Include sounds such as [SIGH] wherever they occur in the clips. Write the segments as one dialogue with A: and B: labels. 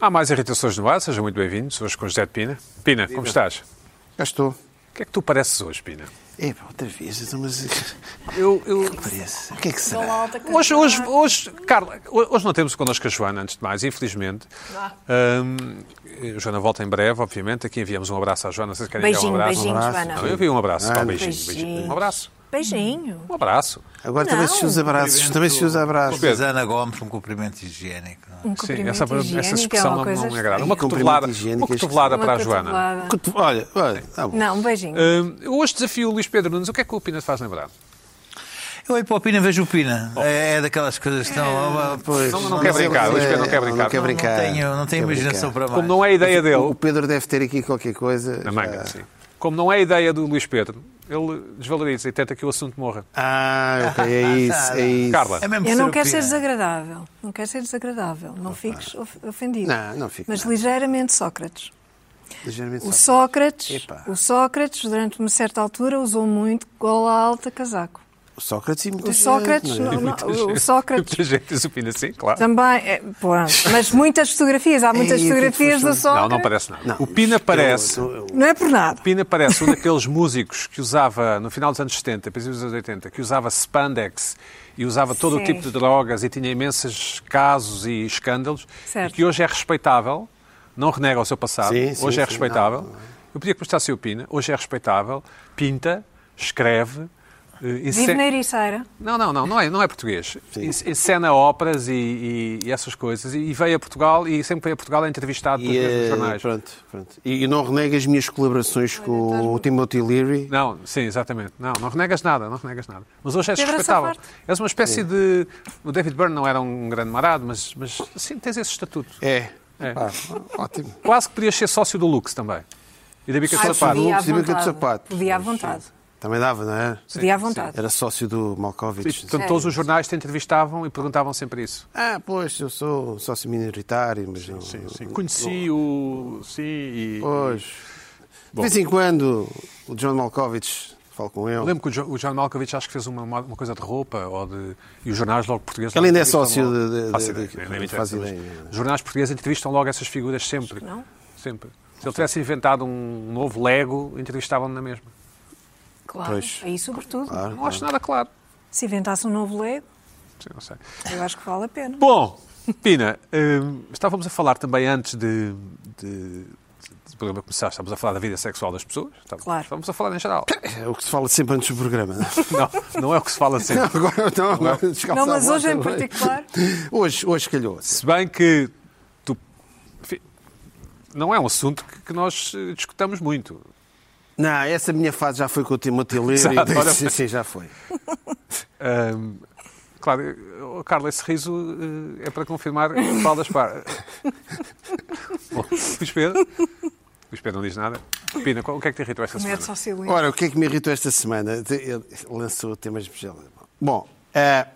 A: Há mais irritações no ar, sejam muito bem-vindos. Hoje com José de Pina. Pina, como estás?
B: Já estou.
A: O que é que tu pareces hoje, Pina?
B: É, outra vez, então, mas [LAUGHS]
A: Eu, eu...
B: parece. O que é que
C: Não
B: será?
C: alta tá. cantar.
A: Hoje, hoje, hoje, Carla, hoje não temos connosco a Joana, antes de mais, infelizmente.
C: Ah.
A: Ahm, a Joana volta em breve, obviamente. Aqui enviamos um abraço à Joana. Não sei se querem
C: Beijinho,
A: enviar um abraço.
C: beijinho,
B: abraço.
C: Joana.
A: Não, eu vi um abraço. Só um
B: Ah,
A: beijinho,
C: beijinho.
A: beijinho. Um abraço.
C: Beijinho.
A: Um abraço.
B: Agora também
C: Não.
B: se usa abraços, também se usa abraços.
A: Pedro.
D: Susana Gomes, um cumprimento higiênico. não é?
C: Um
A: Sim,
C: cumprimento
A: essa, essa
C: higiênico é
A: expressão
C: uma
A: não-
C: coisa
A: não me agrada.
C: estranha.
A: Uma
B: Cumprimento
A: cotovelada,
B: higiênico, é
A: uma cotovelada
C: Uma
A: para a Joana. Eh,
C: cotovelada.
B: Cotu- Olha, olha, tá bom.
C: Não, um beijinho.
A: Ahm, Eu hoje desafio o Luís Pedro Nunes. O que é que o Pina te faz lembrar?
D: Eu olho para o Pina, vejo o Pina. É, é daquelas coisas que não,
B: Pois,
A: Não- não quer
B: sei
A: brincar,
B: o que
A: Luís
B: dizer.
A: Pedro não quer brincar.
B: Não quer
A: Não, não
B: brincar.
D: tenho, não tenho
B: Quer
D: imaginação
B: brincar.
D: para mais.
A: Como não é a ideia
B: O
A: dele,
B: Pedro deve ter aqui qualquer coisa.
A: na
B: já.
A: manga, sim. Como não é a ideia do Luís Pedro, ele desvaloriza e tenta que o assunto
C: [LAUGHS]
A: morra.
B: Ah, ok, é isso, é isso.
A: Carla,
D: É mesmo
C: Eu não
D: o
C: quero
D: Pina.
C: ser desagradável. Não quero ser desagradável. Não fiques of- ofendido.
B: Não, não fico
C: Mas
B: nada.
C: ligeiramente Sócrates.
B: Ligeiramente
C: O
B: só.
C: Sócrates,
B: Epá.
C: o Sócrates, durante uma certa altura, usou muito gola alta casaco.
B: O Sócrates e muita
C: O
B: gente,
C: Sócrates,
B: não é?
C: não-
A: muita
C: não, o
A: gente-
C: Sócrates
A: muita gente diz o Pina assim, claro.
C: também. é, pronto, mas muitas
A: [LAUGHS]
C: fotografias,
A: É,
C: há muitas
B: Ei, que
C: fotografias do
B: foste-
A: Não,
C: Sócrates.
A: não parece nada.
B: Não, é
A: o Pina
B: eu-
A: parece.
B: eu- eu-
C: Não é por nada.
A: Pina parece um daqueles músicos que usava, no final dos anos 70, princípios dos anos 80, que usava spandex e usava todo o
C: Sim.
A: tipo de drogas e tinha imensos casos e escândalos,
C: Certo.
A: e que hoje é respeitável, não renega o seu passado,
B: Sim, sim,
A: hoje é
B: sim,
A: respeitável.
B: não, não.
A: Eu podia que mostrasse o Pina, hoje é respeitável, pinta, escreve, eh,
C: Vive
A: ence-
C: na Ericeira.
A: não, não, não, não é, não é português. Ence- Encena óperas e, e- e essas coisas. E, e veio a Portugal, e sempre que veio a Portugal é entrevistado por
B: E, eh,
A: nos jornais.
B: pronto, pronto. E e não renega as minhas colaborações com o Timothy Leary.
A: Não, sim, exatamente. Não, não renegas nada, não renegas nada. Mas hoje és
C: Pedro,
A: respeitável.
C: essa parte.
A: És uma espécie de. O David Byrne não era um grande marado, mas, mas assim, tens esse estatuto.
B: É.
A: É.
B: Pá, ótimo.
A: Quase que podias ser sócio do Lux também. E da Bica de
C: Ah,
A: Sapato.
C: podia à
B: Sim, bica de
C: vontade.
B: sapato.
C: Podia à vontade.
B: Também dava, não era?
C: Podia à vontade.
B: Era sócio do Malkovich. É.
A: Portanto, todos
C: É.
A: os jornais te entrevistavam e perguntavam sempre isso.
B: Ah, pois, eu sou sócio minoritário, mas não.
A: Conheci o. Sim, e.
B: Pois. De vez em quando, o John Malkovich, falo com ele.
A: Eu Lembro que o Jo- o John Malkovich acho que fez uma, uma coisa de roupa ou de... e os jornais logo portugueses.
B: Ele ainda é
A: entrevistam
B: sócio
A: logo.
B: de- de-
A: Faço
B: de-
A: ideia,
B: de-
A: nem-
B: de-
A: nem me
B: faz
A: interessa,
B: ideia,
A: mas
B: não.
A: Os jornais portugueses entrevistam logo essas figuras sempre.
C: Não?
A: Sempre. Se ele tivesse inventado um novo Lego, entrevistavam-no na mesma.
C: Claro.
B: Pois.
C: Aí, sobretudo.
A: Não acho nada claro.
C: Se inventasse um novo Lego,
A: Sim, não sei.
C: eu acho que vale
B: [LAUGHS]
C: a pena.
A: Bom, Pina, hum, estávamos a falar também antes de, de, de- do programa começar, estávamos a falar da vida sexual das pessoas. Estávamos,
C: Claro.
A: estávamos a falar em geral.
B: É o que se fala sempre antes do programa. não é? [LAUGHS]
A: Não, não é o que se fala sempre.
B: Agora, então,
A: é?
B: agora descalça
C: Não,
B: a
C: mas
B: bota,
C: hoje em
B: não é? [LAUGHS]
C: particular.
B: Hoje, hoje calhou.
A: Se bem que tu- enfim, não é um assunto que, que nós eh, discutamos muito.
B: Não, essa minha fase já foi com o Timothy Leary.
A: Exato, olha-
B: Sim, sim, já foi.
A: Ahm, claro, eh, oh, Carla, esse riso eh, é para confirmar que falas
B: [LAUGHS]
A: para. Bom, Luís Pedro? Luís Pedro não diz nada. Pina, qual- o que é que te irritou esta semana?
C: Mete só silêncio.
B: Ora, o que é que me irritou esta semana? De- Ele lançou temas bejelados. Bom, ah,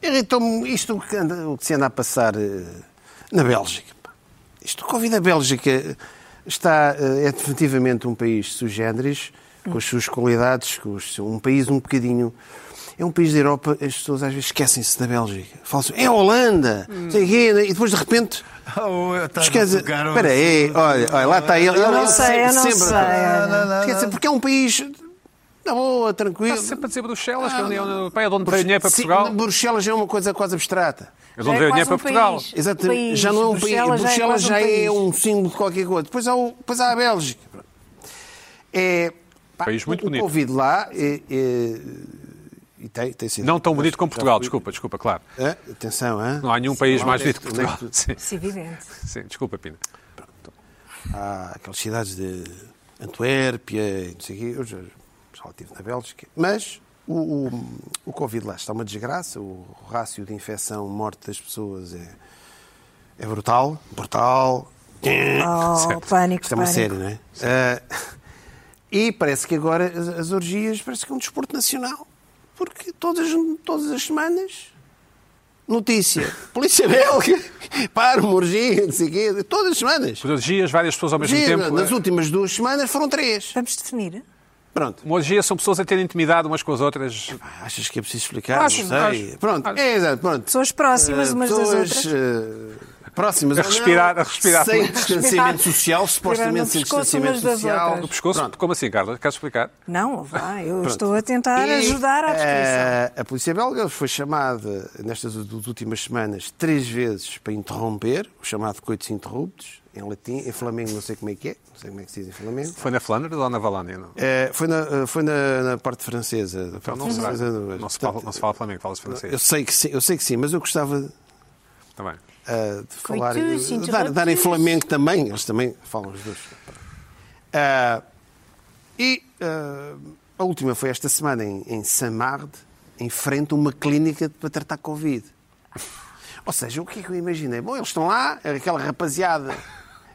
B: irritou-me isto que, anda- o que se anda a passar eh, na Bélgica. pá. Isto, o Covid, a Bélgica está, eh, é definitivamente um país sui generis, com as suas qualidades, com os, seu- um país um bocadinho... É um país da Europa, as pessoas às vezes esquecem-se da Bélgica. Falam assim, é a Holanda, não sei o quê, né? e depois de repente...
D: Oh, eu
A: Tá,
D: estava a
B: Esquece.
D: tocar um-
B: Espera
A: assim.
B: aí, olha, olha, lá está ele.
C: Eu não
B: Ele
C: sei,
B: sempre-
C: eu não
B: sempre-
C: sei, olha.
D: Não, não,
B: Esquece, porque é um país na boa, tranquilo.
A: Está sempre a dizer Bruxelas, que é a União Europeia, de onde
B: Brux-
A: veio dinheiro para
B: Sim,
A: Portugal.
B: Bruxelas é uma coisa quase abstrata.
A: É de
C: Já
A: onde veio
C: é quase
A: dinheiro para
C: um
A: Portugal.
C: país.
B: Exatamente.
C: País.
B: Já não é um país.
C: Bruxelas já é
B: Bruxelas
C: quase um
B: já é
C: país.
B: um símbolo de qualquer coisa. Depois há, o- depois há a Bélgica. É, pá,
A: País muito
B: o-
A: bonito.
B: O Covid lá é, é- e tem, tem sido.
A: Não tão bonito como
B: Já
A: Portugal,
B: fui-
A: desculpa, desculpa, claro.
B: Hã? atenção, hã?
A: Não há nenhum país
B: lá
A: mais
B: onde é
A: bonito que
B: que tu-
A: Portugal. Sim,
C: Isso é
B: [LAUGHS]
C: evidente.
A: sim, desculpa, Pina.
B: Há aquelas cidades de Antuérpia e não sei o quê. Eu já, já lá estive na Bélgica. Mas o, o, o Covid lá está uma desgraça. O rácio de infecção, morte das pessoas é, é brutal. Brutal.
C: Oh, pânico,
B: Isto é uma
C: pânico.
B: série, não é? Ah, e parece que agora as, as orgias parece que é um desporto nacional. Porque todas, todas as semanas, notícia. Polícia belga, [LAUGHS] para uma orgia, não sei o quê. Todas as semanas.
A: Por dias, várias pessoas ao mesmo
B: Gira,
A: tempo. é? eh,
B: nas últimas duas semanas foram três.
C: Vamos definir?
B: Pronto. Ah,
A: Uma orgia são pessoas a terem intimidade umas com as outras.
B: Achas que é preciso explicar?
A: Acho,
B: não sei.
A: acho.
B: Pronto,
A: Acho.
B: é exato, pronto.
C: Pessoas próximas
B: Eh,
C: umas das
B: pessoas,
C: outras.
B: eh, próximas
A: A
B: ou não,
A: respirar- a respirar.
B: Sem distanciamento social,
C: Tirar
B: supostamente
C: no
B: sem
C: pescoço
B: distanciamento
C: umas das
B: social.
A: No pescoço?
B: Pronto.
A: Como assim, Carla? Queres explicar?
C: Não, vá, eu estou a tentar
B: E,
C: ajudar à descrição.
B: eh, A, polícia belga foi chamada nestas du- últimas semanas três vezes para interromper, o chamado coitos interruptos, em latim, em flamengo não sei como é que é, não sei como é que se diz em flamengo.
A: Foi na Flandres ou na Valónia? Não,
B: Eh, foi na, eh, foi na, na parte francesa. da
A: Então
B: parte
A: não, será.
B: francesa do-
A: não, se fala, não se fala Flamengo, fala-se francês. Tá
B: Eu sei que sim, eu sei que sim, mas eu gostava
A: Também.
B: ah, de falar.
E: Coitus,
B: de- de dar, dar em
E: interruptus.
B: Flamengo também, eles também falam os dois. Ah, e ah, a última foi esta semana em, em Saint-Marde, em frente a uma clínica para tratar Covid. Ou seja, o que é que eu imaginei? Bom, eles estão lá, aquela rapaziada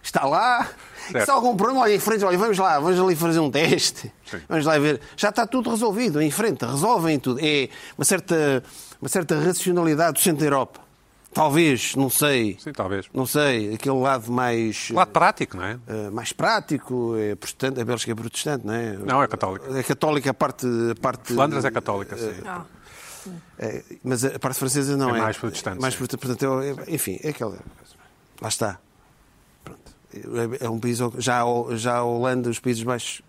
B: está lá, e
A: Certo.
B: se há algum problema, olha, em frente, olha, vamos lá, vamos ali fazer um teste,
A: Sim.
B: vamos lá ver. Já está tudo resolvido, em frente, resolvem tudo. É uma certa, uma certa racionalidade do centro da Europa. Talvez, não sei,
A: Sim, talvez.
B: não sei, aquele lado mais,
A: Lado prático, não é?
B: eh, mais prático, é protestante, a Bélgica é protestante, não é?
A: Não, é católica.
B: É católica a parte... A parte
A: Flandres é católica, sim.
C: Ah,
B: é, mas a parte francesa não
A: É
B: é.
A: mais protestante,
B: mais
A: sim.
B: protestante, portanto, é- é- enfim, é aquela. Lá está. Pronto. É, é um país. ao- Já, a- já a Holanda, os Países Baixos,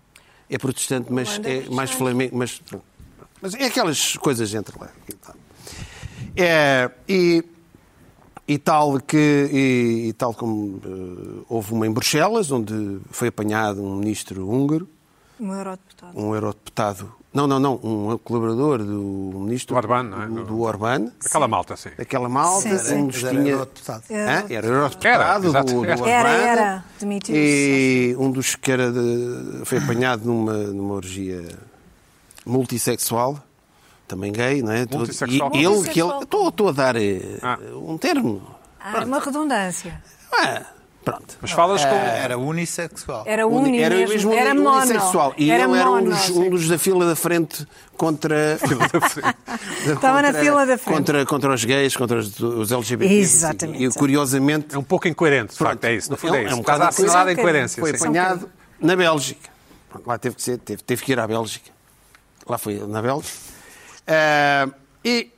B: é protestante, mas
E: Holanda é
B: é mais
E: protestante.
B: flamengo. Mas, pronto. mas é aquelas coisas entre lá. e tal. É, e, e tal que e, e tal como eh, houve uma em Bruxelas, onde foi apanhado um ministro húngaro,
C: um eurodeputado.
B: um eurodeputado. Não, não, não, um colaborador do ministro
A: Do Orbán, não é?
B: do, do Orbán,
A: Aquela malta, sim.
B: daquela malta,
C: Sim, sim.
B: um dos que tinha...
D: Era deputado.
B: Hã?
C: Era,
B: Era eurodeputado
A: Era,
B: do, do
A: exato.
B: Orbán.
C: Era, era. Demitiu-se.
B: E um dos que era de- foi apanhado numa, numa orgia multissexual, também gay, não é? Todo-
A: Multissexual.
B: E ele, que ele...
E: Multissexual.
B: Estou estou a dar eh,
A: Ah.
B: um termo.
C: Ah, uma redundância.
B: Ah, pronto.
A: Mas falas com.
D: Era unissexual.
C: Era único
B: era um
C: mesmo, era mono.
B: unissexual. E
C: era
B: ele era um
C: mono.
B: dos, um dos da fila da frente
A: [LAUGHS]
B: contra...
C: Estava na
B: contra-
C: fila da frente.
B: Contra, contra os gays, contra os, os LGBT.
C: Exatamente.
B: E curiosamente
A: É um pouco incoerente, de
B: Pronto.
A: facto, é isso. No
B: É
A: fundo é
B: um- é
A: isso.
B: um
A: Estás a
B: bocado
A: assinalar a
C: incoerente.
A: incoerência.
B: foi
A: sim.
B: apanhado na Bélgica. Pronto, Lá teve que, ser, teve, teve que ir à Bélgica. Lá foi na Bélgica. Ah, e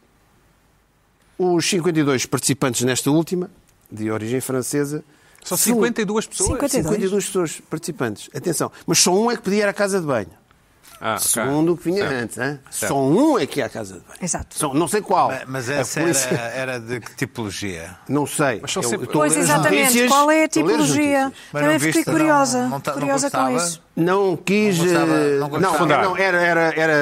B: os 52 participantes nesta última, de origem francesa,
A: São
B: são
A: 52 pessoas.
C: 52.
B: 52 pessoas participantes. Atenção, mas só um é que podia ir à casa de banho.
A: Ah, ok.
B: Segundo o que vinha
A: Certo.
B: antes, hein?
A: Certo.
B: só um é que ia à casa de banho.
C: Exato.
B: Só- não sei qual.
D: Mas- Mas
B: A
D: essa
B: polícia-
D: era, era de que tipologia?
B: Não sei.
A: Mas são
B: Eu-
A: sempre-
B: eu tô a
C: Pois,
B: ler as
C: exatamente.
B: notícias,
C: Qual é a
B: tô ler as
C: tipologia?
B: notícias.
D: Mas
C: Também
D: não
C: fiquei
D: viste, não-
C: curiosa.
D: não ta- não
C: curiosa com
D: gostava?
C: isso.
B: Não quis.
D: Não gostava-
B: eh,
D: não
B: Não,
D: gostava.
B: não, era, era, era,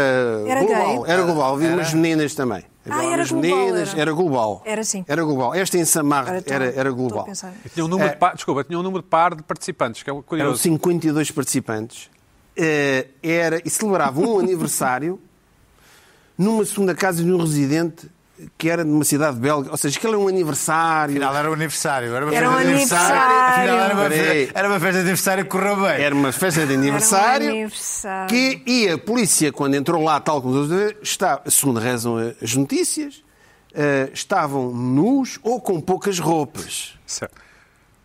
C: Era
B: global.
C: gay.
B: Era global. Havia umas meninas também.
C: Ah,
B: Havia
C: era
B: umas
C: global,
B: meninas.
C: era.
B: Era global.
C: Era sim.
B: Era global. Esta em Samarra
C: Agora então, estou-
B: era, era
C: estou a
B: global.
C: pensar.
A: E Tinha um número
B: É.
A: de par, desculpa, tinha um número de par de participantes, que é
B: Eram
A: curioso.
B: 52 participantes. Eh, Era, e celebrava
C: [LAUGHS]
B: um aniversário numa segunda casa de um residente que era numa cidade belga. Ou seja, aquele é um aniversário.
D: Afinal
C: um
D: era o aniversário. Era uma
C: Era
D: festa
C: um
D: de aniversário.
C: aniversário.
D: Afinal era uma,
B: Peraí.
D: fe- era uma festa de aniversário que correu bem.
B: Era uma festa de aniversário.
C: Era um aniversário.
B: Que, e a polícia, quando entrou lá, tal como os outros, está, segundo rezam as notícias, eh, estavam nus ou com poucas roupas.
A: Certo.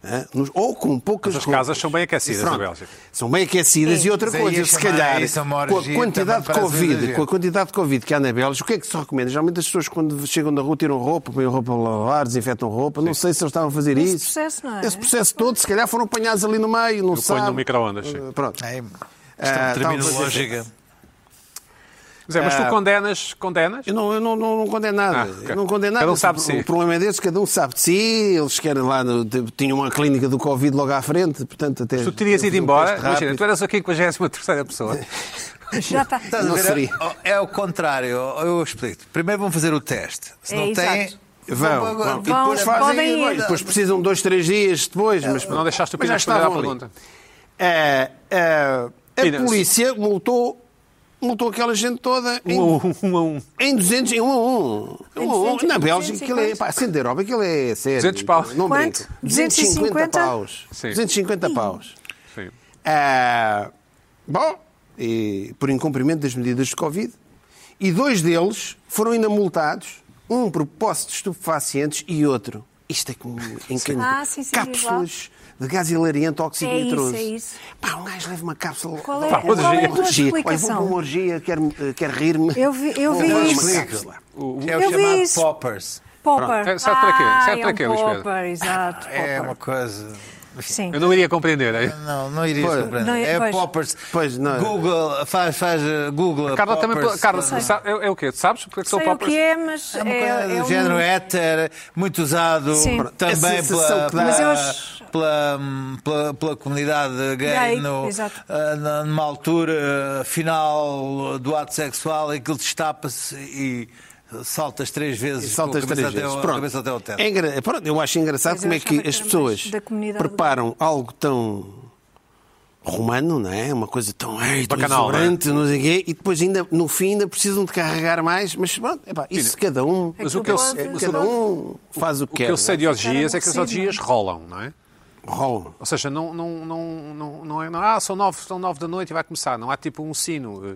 B: Hã? Nus- ou com poucas
A: Mas as
B: roupas.
A: casas são bem aquecidas
B: Pronto.
A: na Bélgica.
B: São bem aquecidas
C: Sim.
B: e outra
D: Mas aí
B: coisa,
D: ia
B: se
D: chamar
B: calhar,
D: isso a uma
B: com a
D: orgia,
B: quantidade de
D: também parece
B: Covid,
D: exagero.
B: com a quantidade de Covid que há na Bélgica, o que é que se recomenda? Geralmente as pessoas quando chegam da rua tiram roupa, põem roupa a lavar, desinfetam roupa, não sei se eles estavam a fazer
C: Esse
B: isso.
C: processo, não é?
B: Esse processo todo, se calhar foram apanhados ali no meio, não
A: Eu
B: sabe.
A: ponho no microondas, um sim.
B: Eh, Pronto.
D: É, isto é
B: Ah,
D: uma
B: tal
D: terminologia.
A: Mas, é, mas tu
B: Ah.
A: condenas, condenas?
B: Eu não, eu não, não, não condeno nada.
A: Ah, ok.
B: Eu não condeno nada.
A: Cada um sabe de si.
B: O problema é deles, cada um sabe de si. Eles querem lá, no- te- tinham uma clínica do Covid logo à frente, portanto até...
A: Tu terias ido
B: fazer um
A: embora,
B: teste
A: imagina,
B: rápido.
A: tu eras a 53 terceira pessoa.
C: [LAUGHS] Já tá. está.
D: Estás a
B: Não
D: ver?
B: seria.
D: É- É o contrário. Eu explico. Primeiro vão fazer o teste. Se
C: É,
D: não têm.
C: exato.
B: Vão, vão. E
C: Vão,
B: depois fazem...
C: podem ir.
B: depois- Depois precisam de dois, três dias depois, mas...
A: Não deixaste o
B: Mas
A: Pina
B: já
A: responder à
B: estavam ali.
A: pergunta.
B: É, é, a
A: Pina,
B: polícia multou, multou aquela gente toda em,
A: Um a um, um a um.
B: em 200, em 1 um a 1. Um. Um a um.
C: 200,
B: Na Bélgica, aquilo é...
C: 250.
B: Pá, centro da Europa, aquilo é sério.
A: 200 pau.
B: Não
C: Quanto?
B: brinco.
C: 250?
B: paus.
A: Sim.
B: 250 paus.
A: Sim.
B: Ah, bom, e por incumprimento das medidas de Covid. E dois deles foram ainda multados, um por posse de estupefacientes e outro. Isto é como em que
C: Ah, sim, sim,
B: cápsulas de gás hilariante óxido
C: É isso,
B: nitroso.
C: é isso.
B: Pá, um gajo leva uma cápsula.
C: Qual é-
B: Pá,
A: qual é a
B: orgia.
A: tua
B: Olha, vou para
C: explicação?
B: uma orgia, quero, quero rir-me.
C: Eu vi- eu
B: Vou
C: vi
B: levar uma
C: isso.
B: cápsula.
D: É o
C: Eu vi
D: chamado
C: isso.
D: poppers.
C: Popper.
A: É, serve para quê?
C: Ah,
A: Serve para
C: é um
A: quê, Luís Pedro?
C: Popper, exato.
D: É
C: popper.
D: uma coisa.
C: Sim.
A: Eu não iria compreender. é. hein?
D: Não, não iria
B: Pois.
D: surpreender.
C: Não,
D: é
C: pois.
D: poppers.
B: Pois, não.
D: Google, faz, faz eh, Google.
A: Carla também.
D: poppers.
A: Carla,
C: Sei.
A: sa- é, é o quê? Tu sabes porque é que são
C: Sei o
A: poppers?
C: que é, mas
D: É uma
C: é,
D: coisa do
C: é um-
D: género éter, muito usado
C: Sim.
B: A
D: também
B: sensação
D: pela,
B: que dá-
D: pela,
C: Mas eu acho-
D: pela, pela- pela comunidade gay
C: Gay,
D: no-
C: exato.
D: ah, na- numa altura final do ato sexual em que ele destapa-se e saltas três vezes. com a
B: saltas
D: cabeça
B: três
D: até
B: vezes.
D: ao-
B: Pronto.
D: cabeça até ao teto.
B: É engra- pronto, eu acho engraçado
C: Mas eu
B: como é
C: achava
B: que
C: que
B: as
C: era
B: pessoas
C: mais da comunidade.
B: preparam algo tão romano, não é? Uma coisa tão, ai, tão
A: Bacanal,
B: exuberante, não sei o quê, e depois ainda, no fim ainda precisam de carregar mais, mas pronto, epá, isso cada um,
C: é
A: Mas o que eu-
C: Aquilo pode-
B: cada um faz o que
A: O que
B: quer.
A: eu sei de orgias é que as
C: Sim, não é?
A: orgias rolam, não é?
B: Rolam.
A: Ou seja, não, não, não, não, não é. Não, ah, são nove, são nove da noite e vai começar. Não há tipo um sino. eh,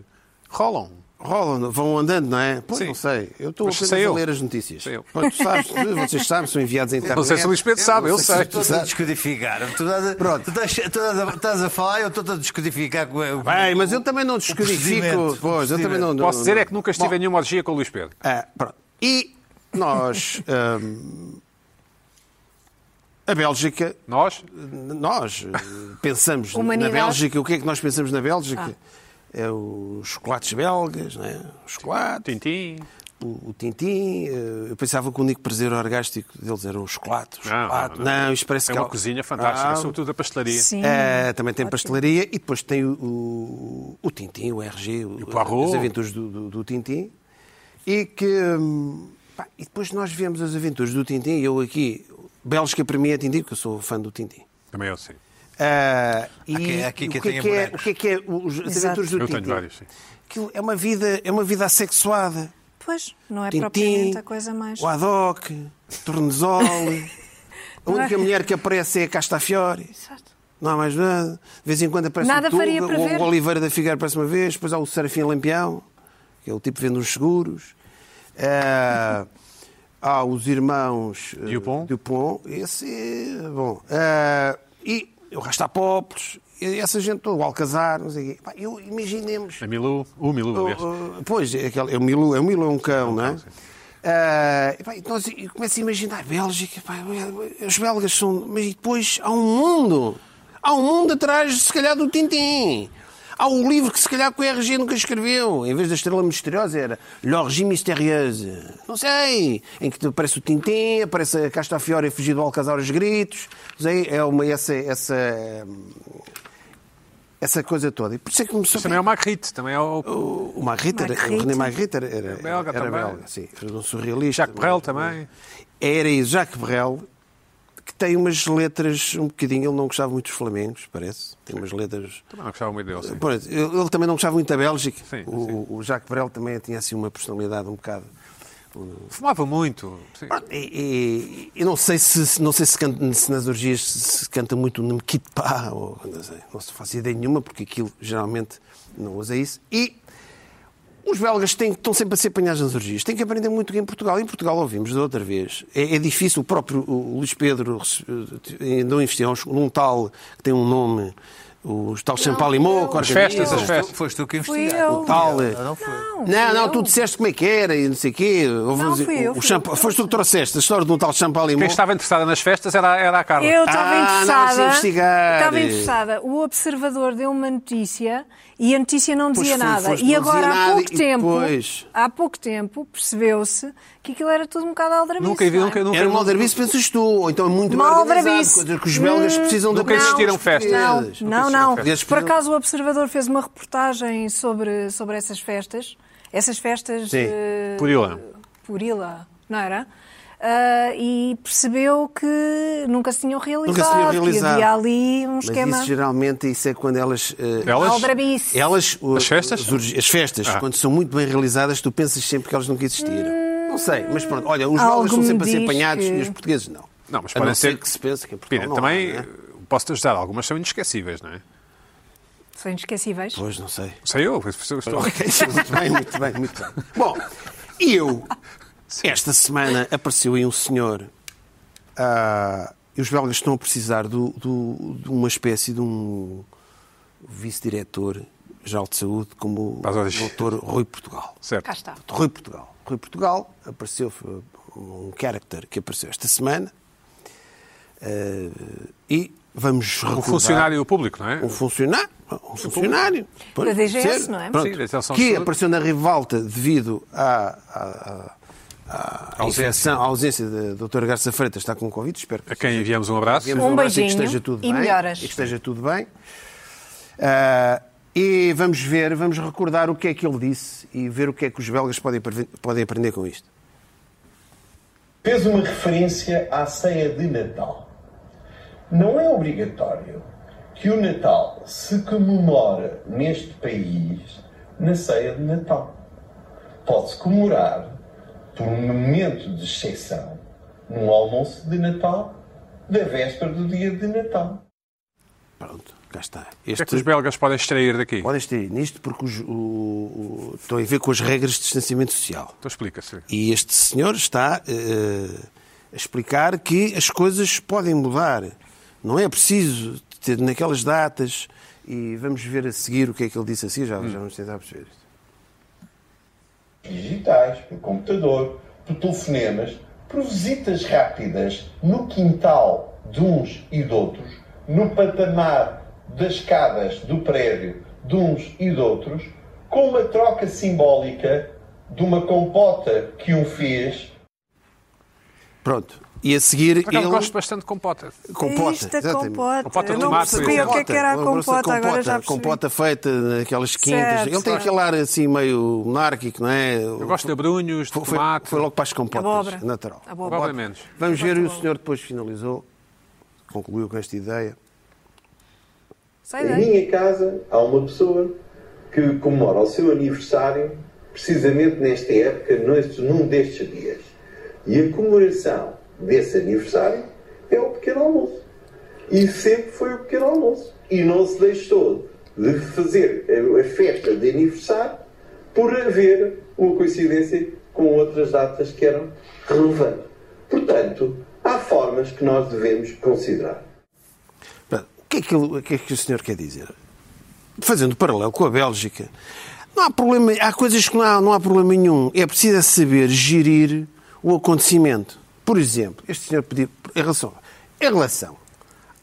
A: Rolam.
B: Rolam, vão andando, não é? Pois
A: Sim.
B: não sei. Eu estou
A: Mas
B: apenas
A: sei
B: a
A: eu.
B: ler as notícias.
A: Sei eu.
B: Pois,
A: [LAUGHS]
B: tu sabes, vocês sabem, são enviados à internet.
A: Não sei se o Luís Pedro sabe, eu
B: não
A: sei.
B: sei se
D: Estou a descodificar. Tu estás a,
B: Pronto.
D: tu estás, tu estás a, estás a falar e eu estou a descodificar com o-
B: Bem, mas eu também não
D: procedimento,
B: descodifico.
D: o
B: Pois, eu também não. não-
A: Posso dizer
B: não-
A: é que nunca estive em nenhuma orgia com o Luís Pedro.
B: Ah, pronto. E nós. hum, a Bélgica,
A: Nós?
B: nós eh, pensamos
C: Humanidade.
B: na Bélgica. O que é que nós pensamos na Bélgica? É os chocolates belgas, não é? o chocolate,
A: Tintim.
B: o, o tintim. eh, Eu pensava que o único prazer orgástico deles era o chocolate. O
A: Não,
B: chocolate.
A: não,
B: Ah, Não,
A: não.
B: isso parece
A: É
B: que
A: uma
B: há-
A: cozinha fantástica,
B: Ah,
A: sobretudo a pastelaria.
C: Sim.
A: É,
B: eh, também tem pastelaria e depois tem o, o, o Tintim, o RG, o,
A: Poirot.
B: as aventuras do, do, do Tintim. E que. hum, pá, e depois nós vemos as aventuras do Tintim e eu aqui. Bélgica para mim é Tintim, porque eu sou fã do Tintim.
A: Também eu, sim.
B: Ah, e
D: quem- há quem
B: o, que é
D: tenha
B: que é, o
D: bonecos.
B: que é que é os, as
C: Exato.
B: aventuras do
A: Eu
B: Tintim?
A: tenho vários, sim.
B: Aquilo é uma vida, é uma vida assexuada.
C: Pois, não é
B: Tintim,
C: propriamente a coisa mais.
B: o Adoc,
C: [LAUGHS]
B: Tornesol. a única mulher que aparece é a Castafiore.
C: Exato.
B: Não há mais nada. De vez em quando aparece
C: Nada
B: o Tuga,
C: faria para
B: o
C: ver.
B: Oliveira da Figueira aparece uma vez, depois há o Serafim Lampião, que é o tipo que vende uns seguros. Ah, há os irmãos eh,
A: Dupont.
B: Dupont. Esse é bom. Ah, e o Rastapopoulos, e essa gente toda, o Alcazar, não sei o quê. Pá, Eu imaginemos...
A: A Milu. O Milu, aliás.
B: Oh, oh, pois, é, aquele, é, o Milo, é o Milo é um cão, não é?
A: sim.
B: Ah, e, pá, e nós, eu começo a imaginar Bélgica, pá, os belgas são. Mas e depois há um mundo. Há um mundo atrás, se calhar, do Tintim. Há um livro que, se calhar, que o RG nunca escreveu. Em vez da estrela misteriosa, era L'Orgie Mystérieuse. Não sei. Em que aparece o Tintim, aparece a Castafiore a fugir do Alcazar aos gritos. Não sei, é uma, essa, essa, essa coisa toda. E por isso é que começou
A: Mas também é o Magritte, também é o
B: o- O Magritte, era-
C: Magritte.
B: o René Magritte era, era,
A: Belga
B: era
A: também.
B: belga, sim. Era um surrealista.
A: Jacques Brel também.
B: Era isso, Jacques Brel, que tem umas letras um bocadinho... Ele não gostava muito dos flamengos, parece. Tem umas letras...
A: Também não gostava muito dele, sim.
B: Por exemplo, ele ele também não gostava muito da Bélgica.
A: Sim,
B: o,
A: sim.
B: o Jacques Brel também tinha assim uma personalidade um bocado...
A: Fumava muito. sim.
B: Pronto, E, e- eu não sei se, se- não sei se, canta- se nas orgias se, se canta muito o Nemkitpa, ou não sei, não se faz ideia nenhuma, porque aquilo geralmente não usa isso. E os belgas têm, estão sempre a ser apanhados nas orgias. Têm que aprender muito em Portugal. Em Portugal ouvimos da outra vez. É, é difícil, o próprio o Luís Pedro rece- eh, não investiu num tal que tem um nome, o tal Champalimau, que
A: As festas,
B: organiza-
A: as festas.
D: Foste tu que
C: Fui
D: investigaste.
C: eu.
B: Tal, eh,
D: Não foi.
B: não, não,
C: eu.
B: tu disseste como é que era e não sei o quê. Houve
C: Não,
B: uns-
C: fui eu,
B: o
C: fui
B: champa-
C: eu.
B: Foste tu que trouxeste a história de um tal Champalimau.
A: Quem estava interessada nas festas era, era a Carla.
C: Eu estava
B: Ah, não, mas
C: interessada.
B: investigar.
C: Estava interessada. O observador deu uma notícia e a notícia não
B: Pois
C: dizia
B: foi,
C: nada.
B: foste,
C: e
B: não
C: agora
B: dizia
C: há
B: nada
C: pouco
B: e
C: tempo,
B: depois-
C: há pouco tempo percebeu-se que aquilo era tudo um bocado aldrabice.
A: Nunca vi,
C: não é?
A: nunca, nunca,
B: Era um maldrabice, pensas tu, ou então é muito
C: Mal
B: mal
C: aldrabice.
B: coisa que os belgas precisam de
A: Nunca
B: aprender
A: existiram
B: aos
A: festas.
C: Não,
B: portugueses.
C: não,
A: existiram
C: não.
A: festas.
C: Por acaso o Observador fez uma reportagem sobre, sobre essas festas. Essas festas.
B: Sim,
C: eh,
A: Purila.
C: Purila, não era? Ah, e percebeu que nunca se tinham realizado.
B: Nunca se tinham
C: Que
B: realizado.
C: havia ali um
B: Mas
C: esquema.
B: isso geralmente isso é quando elas. eh,
A: Elas?
C: Aldrabice.
B: Elas, o-
A: As festas?
B: As, orgi- as festas,
A: Ah.
B: quando são muito bem realizadas, tu pensas sempre que elas nunca existiram. não sei, mas pronto, olha, os
C: algo
B: belgas estão
C: Hum, me
B: sempre a ser
C: diz
B: apanhados
C: que-
B: e os portugueses não.
A: Não, mas
B: a
A: podem
B: não
A: ser.
B: ser que se pense que em
A: Pina,
B: Portugal não há,
A: também
B: não é?
A: posso-te ajudar. Algumas são inesquecíveis, não é?
C: São inesquecíveis.
B: Pois, não sei.
A: Sei eu. eu estou-
B: Ok, muito bem, muito bem, muito bem. Bom, e eu, esta semana apareceu aí um senhor, ah, e os belgas estão a precisar do- do- de uma espécie de um vice-diretor geral de saúde, como o
A: Paz ao dia. [LAUGHS]
B: doutor Rui Portugal.
A: Certo.
C: Cá está.
B: Rui Portugal. Rui Portugal apareceu, foi um character que apareceu esta semana. eh, e vamos
A: Um
B: recordar...
A: funcionário público, não é?
B: Um funcionário. Um funcionário.
C: Da DGS,
B: Sério?
C: não é?
B: Pronto.
A: Sim, da Direção de
B: que
A: Saúde.
B: apareceu na revolta devido à, à- à- à
A: Ausência.
B: infecção, à ausência da doutora Garça Freitas, está com Covid, espero que
A: A quem enviamos um abraço.
B: Enviamos
C: Um
B: abraço e que
C: beijinho
B: esteja tudo
C: e
B: bem,
C: melhoras.
B: e Que esteja tudo bem. Ah, e vamos ver, vamos recordar o que é que ele disse e ver o que é que os belgas podem, aprove- podem aprender com isto.
E: fez uma referência à ceia de Natal. Não é obrigatório que o Natal se comemore neste país na ceia de Natal. Pode-se comemorar por um momento de exceção num almoço de Natal, da véspera do dia de Natal.
B: Pronto, cá está.
A: O que é que
B: Este,
A: os belgas podem extrair daqui? Então
B: podem ter nisto porque os- o- o- estão a ver com as regras de distanciamento social.
A: Então explica-se.
B: E este senhor está eh, a explicar que as coisas podem mudar. Não é preciso ter naquelas datas. E vamos ver a seguir o que é que ele disse assim. Já, já vamos tentar perceber isto.
E: digitais, por computador, por telefonemas, por visitas rápidas no quintal de uns e de outros, no patamar das escadas do prédio de uns e de outros, com uma troca simbólica de uma compota que um fez
B: Pronto. E a seguir
A: Por acaso
B: ele...
A: gosto bastante de compota.
B: Compota.
C: Isto, a
B: exatamente.
C: compota.
A: Compota
C: Eu
A: de
C: não
A: tomate,
C: percebi o que é que era a
B: Lembram-se da
C: compota, agora já percebi.
B: Compota feita naquelas quintas.
C: Certo,
B: ele tem
C: certo.
B: aquele ar assim meio monárquico, não é?
A: Eu gosto de abrunhos, de
B: Foi- foi,
A: tomate.
B: foi logo para as compotas,
C: Abóbora.
B: natural.
C: Abóbora.
A: Abóbora menos.
B: Vamos ver, e o
C: Abóbora.
B: senhor depois finalizou, concluiu com esta ideia.
C: Sai
E: Em
C: daí.
E: minha casa há uma pessoa que comemora o seu aniversário precisamente nesta época, neste- num destes dias. E a comemoração desse aniversário é o pequeno almoço. E sempre foi o pequeno almoço. E não se deixou de fazer a- a festa de aniversário por haver uma coincidência com outras datas que eram relevantes. Portanto, há formas que nós devemos considerar.
B: Portanto, O que, é que, ele- o que é que o senhor quer dizer? Fazendo um paralelo com a Bélgica, não há problema, há coisas que não há, não há problema nenhum. É preciso é saber gerir o acontecimento. Por exemplo, este senhor pediu, em relação, em relação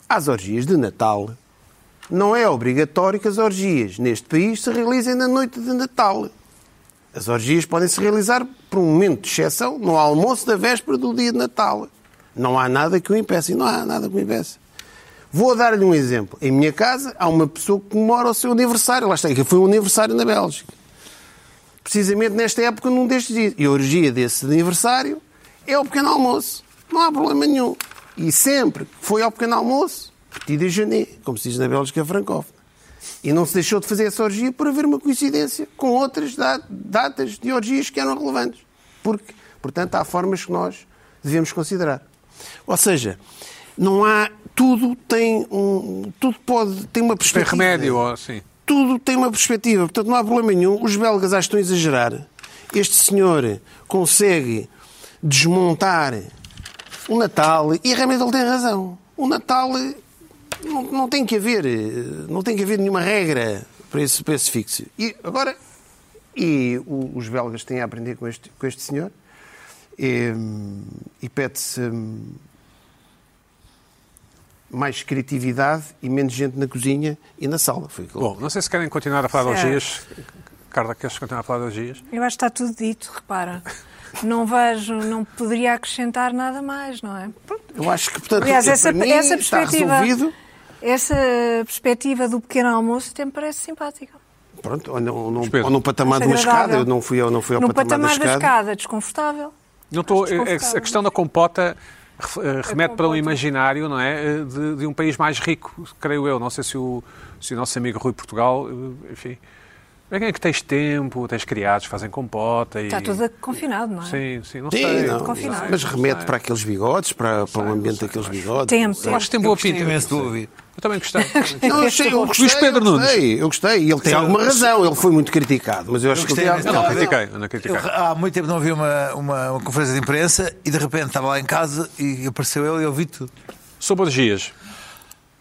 B: às orgias de Natal, não é obrigatório que as orgias neste país se realizem na noite de Natal. As orgias podem se realizar por um momento de exceção no almoço da véspera do dia de Natal. Não há nada que o impeça e não há nada que o impeça. Vou dar-lhe um exemplo. Em minha casa há uma pessoa que comemora o seu aniversário. Lá está, que foi um aniversário na Bélgica. Precisamente nesta época, num destes dias. E a orgia desse aniversário é o pequeno almoço. Não há problema nenhum. E sempre que foi ao pequeno almoço, petit déjeuner, como se diz na Bélgica francófona. E não se deixou de fazer essa orgia por haver uma coincidência com outras da- datas de orgias que eram relevantes. Porque, portanto, há formas que nós devemos considerar. Ou seja, não há. Tudo tem um. Tudo pode. Tem uma
A: Tem
B: perspectiva
A: é remédio, ou assim.
B: tudo tem uma perspectiva, portanto não há problema nenhum. Os belgas acho que estão a exagerar. Este senhor consegue desmontar o Natal e realmente ele tem razão. O Natal eh, não, não tem que haver, eh, não tem que haver nenhuma regra para esse, para esse fixo. E agora, e o- os belgas têm a aprender com este, com este senhor e, hum, e pede-se hum, mais criatividade e menos gente na cozinha e na sala. Foi aquilo.
A: Bom, não sei se querem continuar a falar de
C: Certo.
A: orgias. Carla, queres continuar a falar de orgias?
C: Eu acho que está tudo dito, repara. Não vejo, não poderia acrescentar nada mais, não é? Pronto.
B: Eu acho que, portanto, é
C: Aliás,
B: para
C: essa,
B: mim,
C: essa
B: está
C: perspectiva.
B: resolvido.
C: Essa perspectiva do pequeno almoço até me parece simpática.
B: Pronto, ou, não, ou não-
A: Pedro.
B: ou num patamar de uma Ah,
C: Agradável.
B: escada. Eu não fui, eu não fui ao
C: no
B: patamar, da escada.
C: desconfortável.
A: Não estou.
C: Acho desconfortável.
A: é A questão da compota ref- eh, remete para um
C: compota.
A: imaginário, não é? eh, De, de um país mais rico, creio eu. Não sei se o, se o nosso amigo Rui Portugal, eh, enfim. É que tens tempo, tens criados, que fazem compota e.
C: Está Tá tudo confinado, não é?
A: Sim, sim, não
B: Sim,
A: sei.
B: não,
C: Confinado.
B: mas remete para aqueles bigodes, para, para o ambiente daqueles bigodes.
C: Tempo.
A: Eu acho que tem boa pinta.
D: imenso de ouvir.
A: Eu também gostei.
C: [LAUGHS]
B: Não, eu achei, eu gostei,
A: Luís Pedro
B: eu gostei,
A: Nunes.
B: Eu gostei, e ele tem alguma razão. Ele foi muito criticado, mas eu acho que ele
D: gostei
B: tem
D: desse
A: Eu
B: alguma
A: não
D: trabalho.
B: razão.
A: critiquei, eu não critiquei.
D: Eu, há muito tempo não vi uma, uma, uma conferência de imprensa e de repente estava lá em casa e apareceu ele e eu vi tudo.
A: Sobre orgias.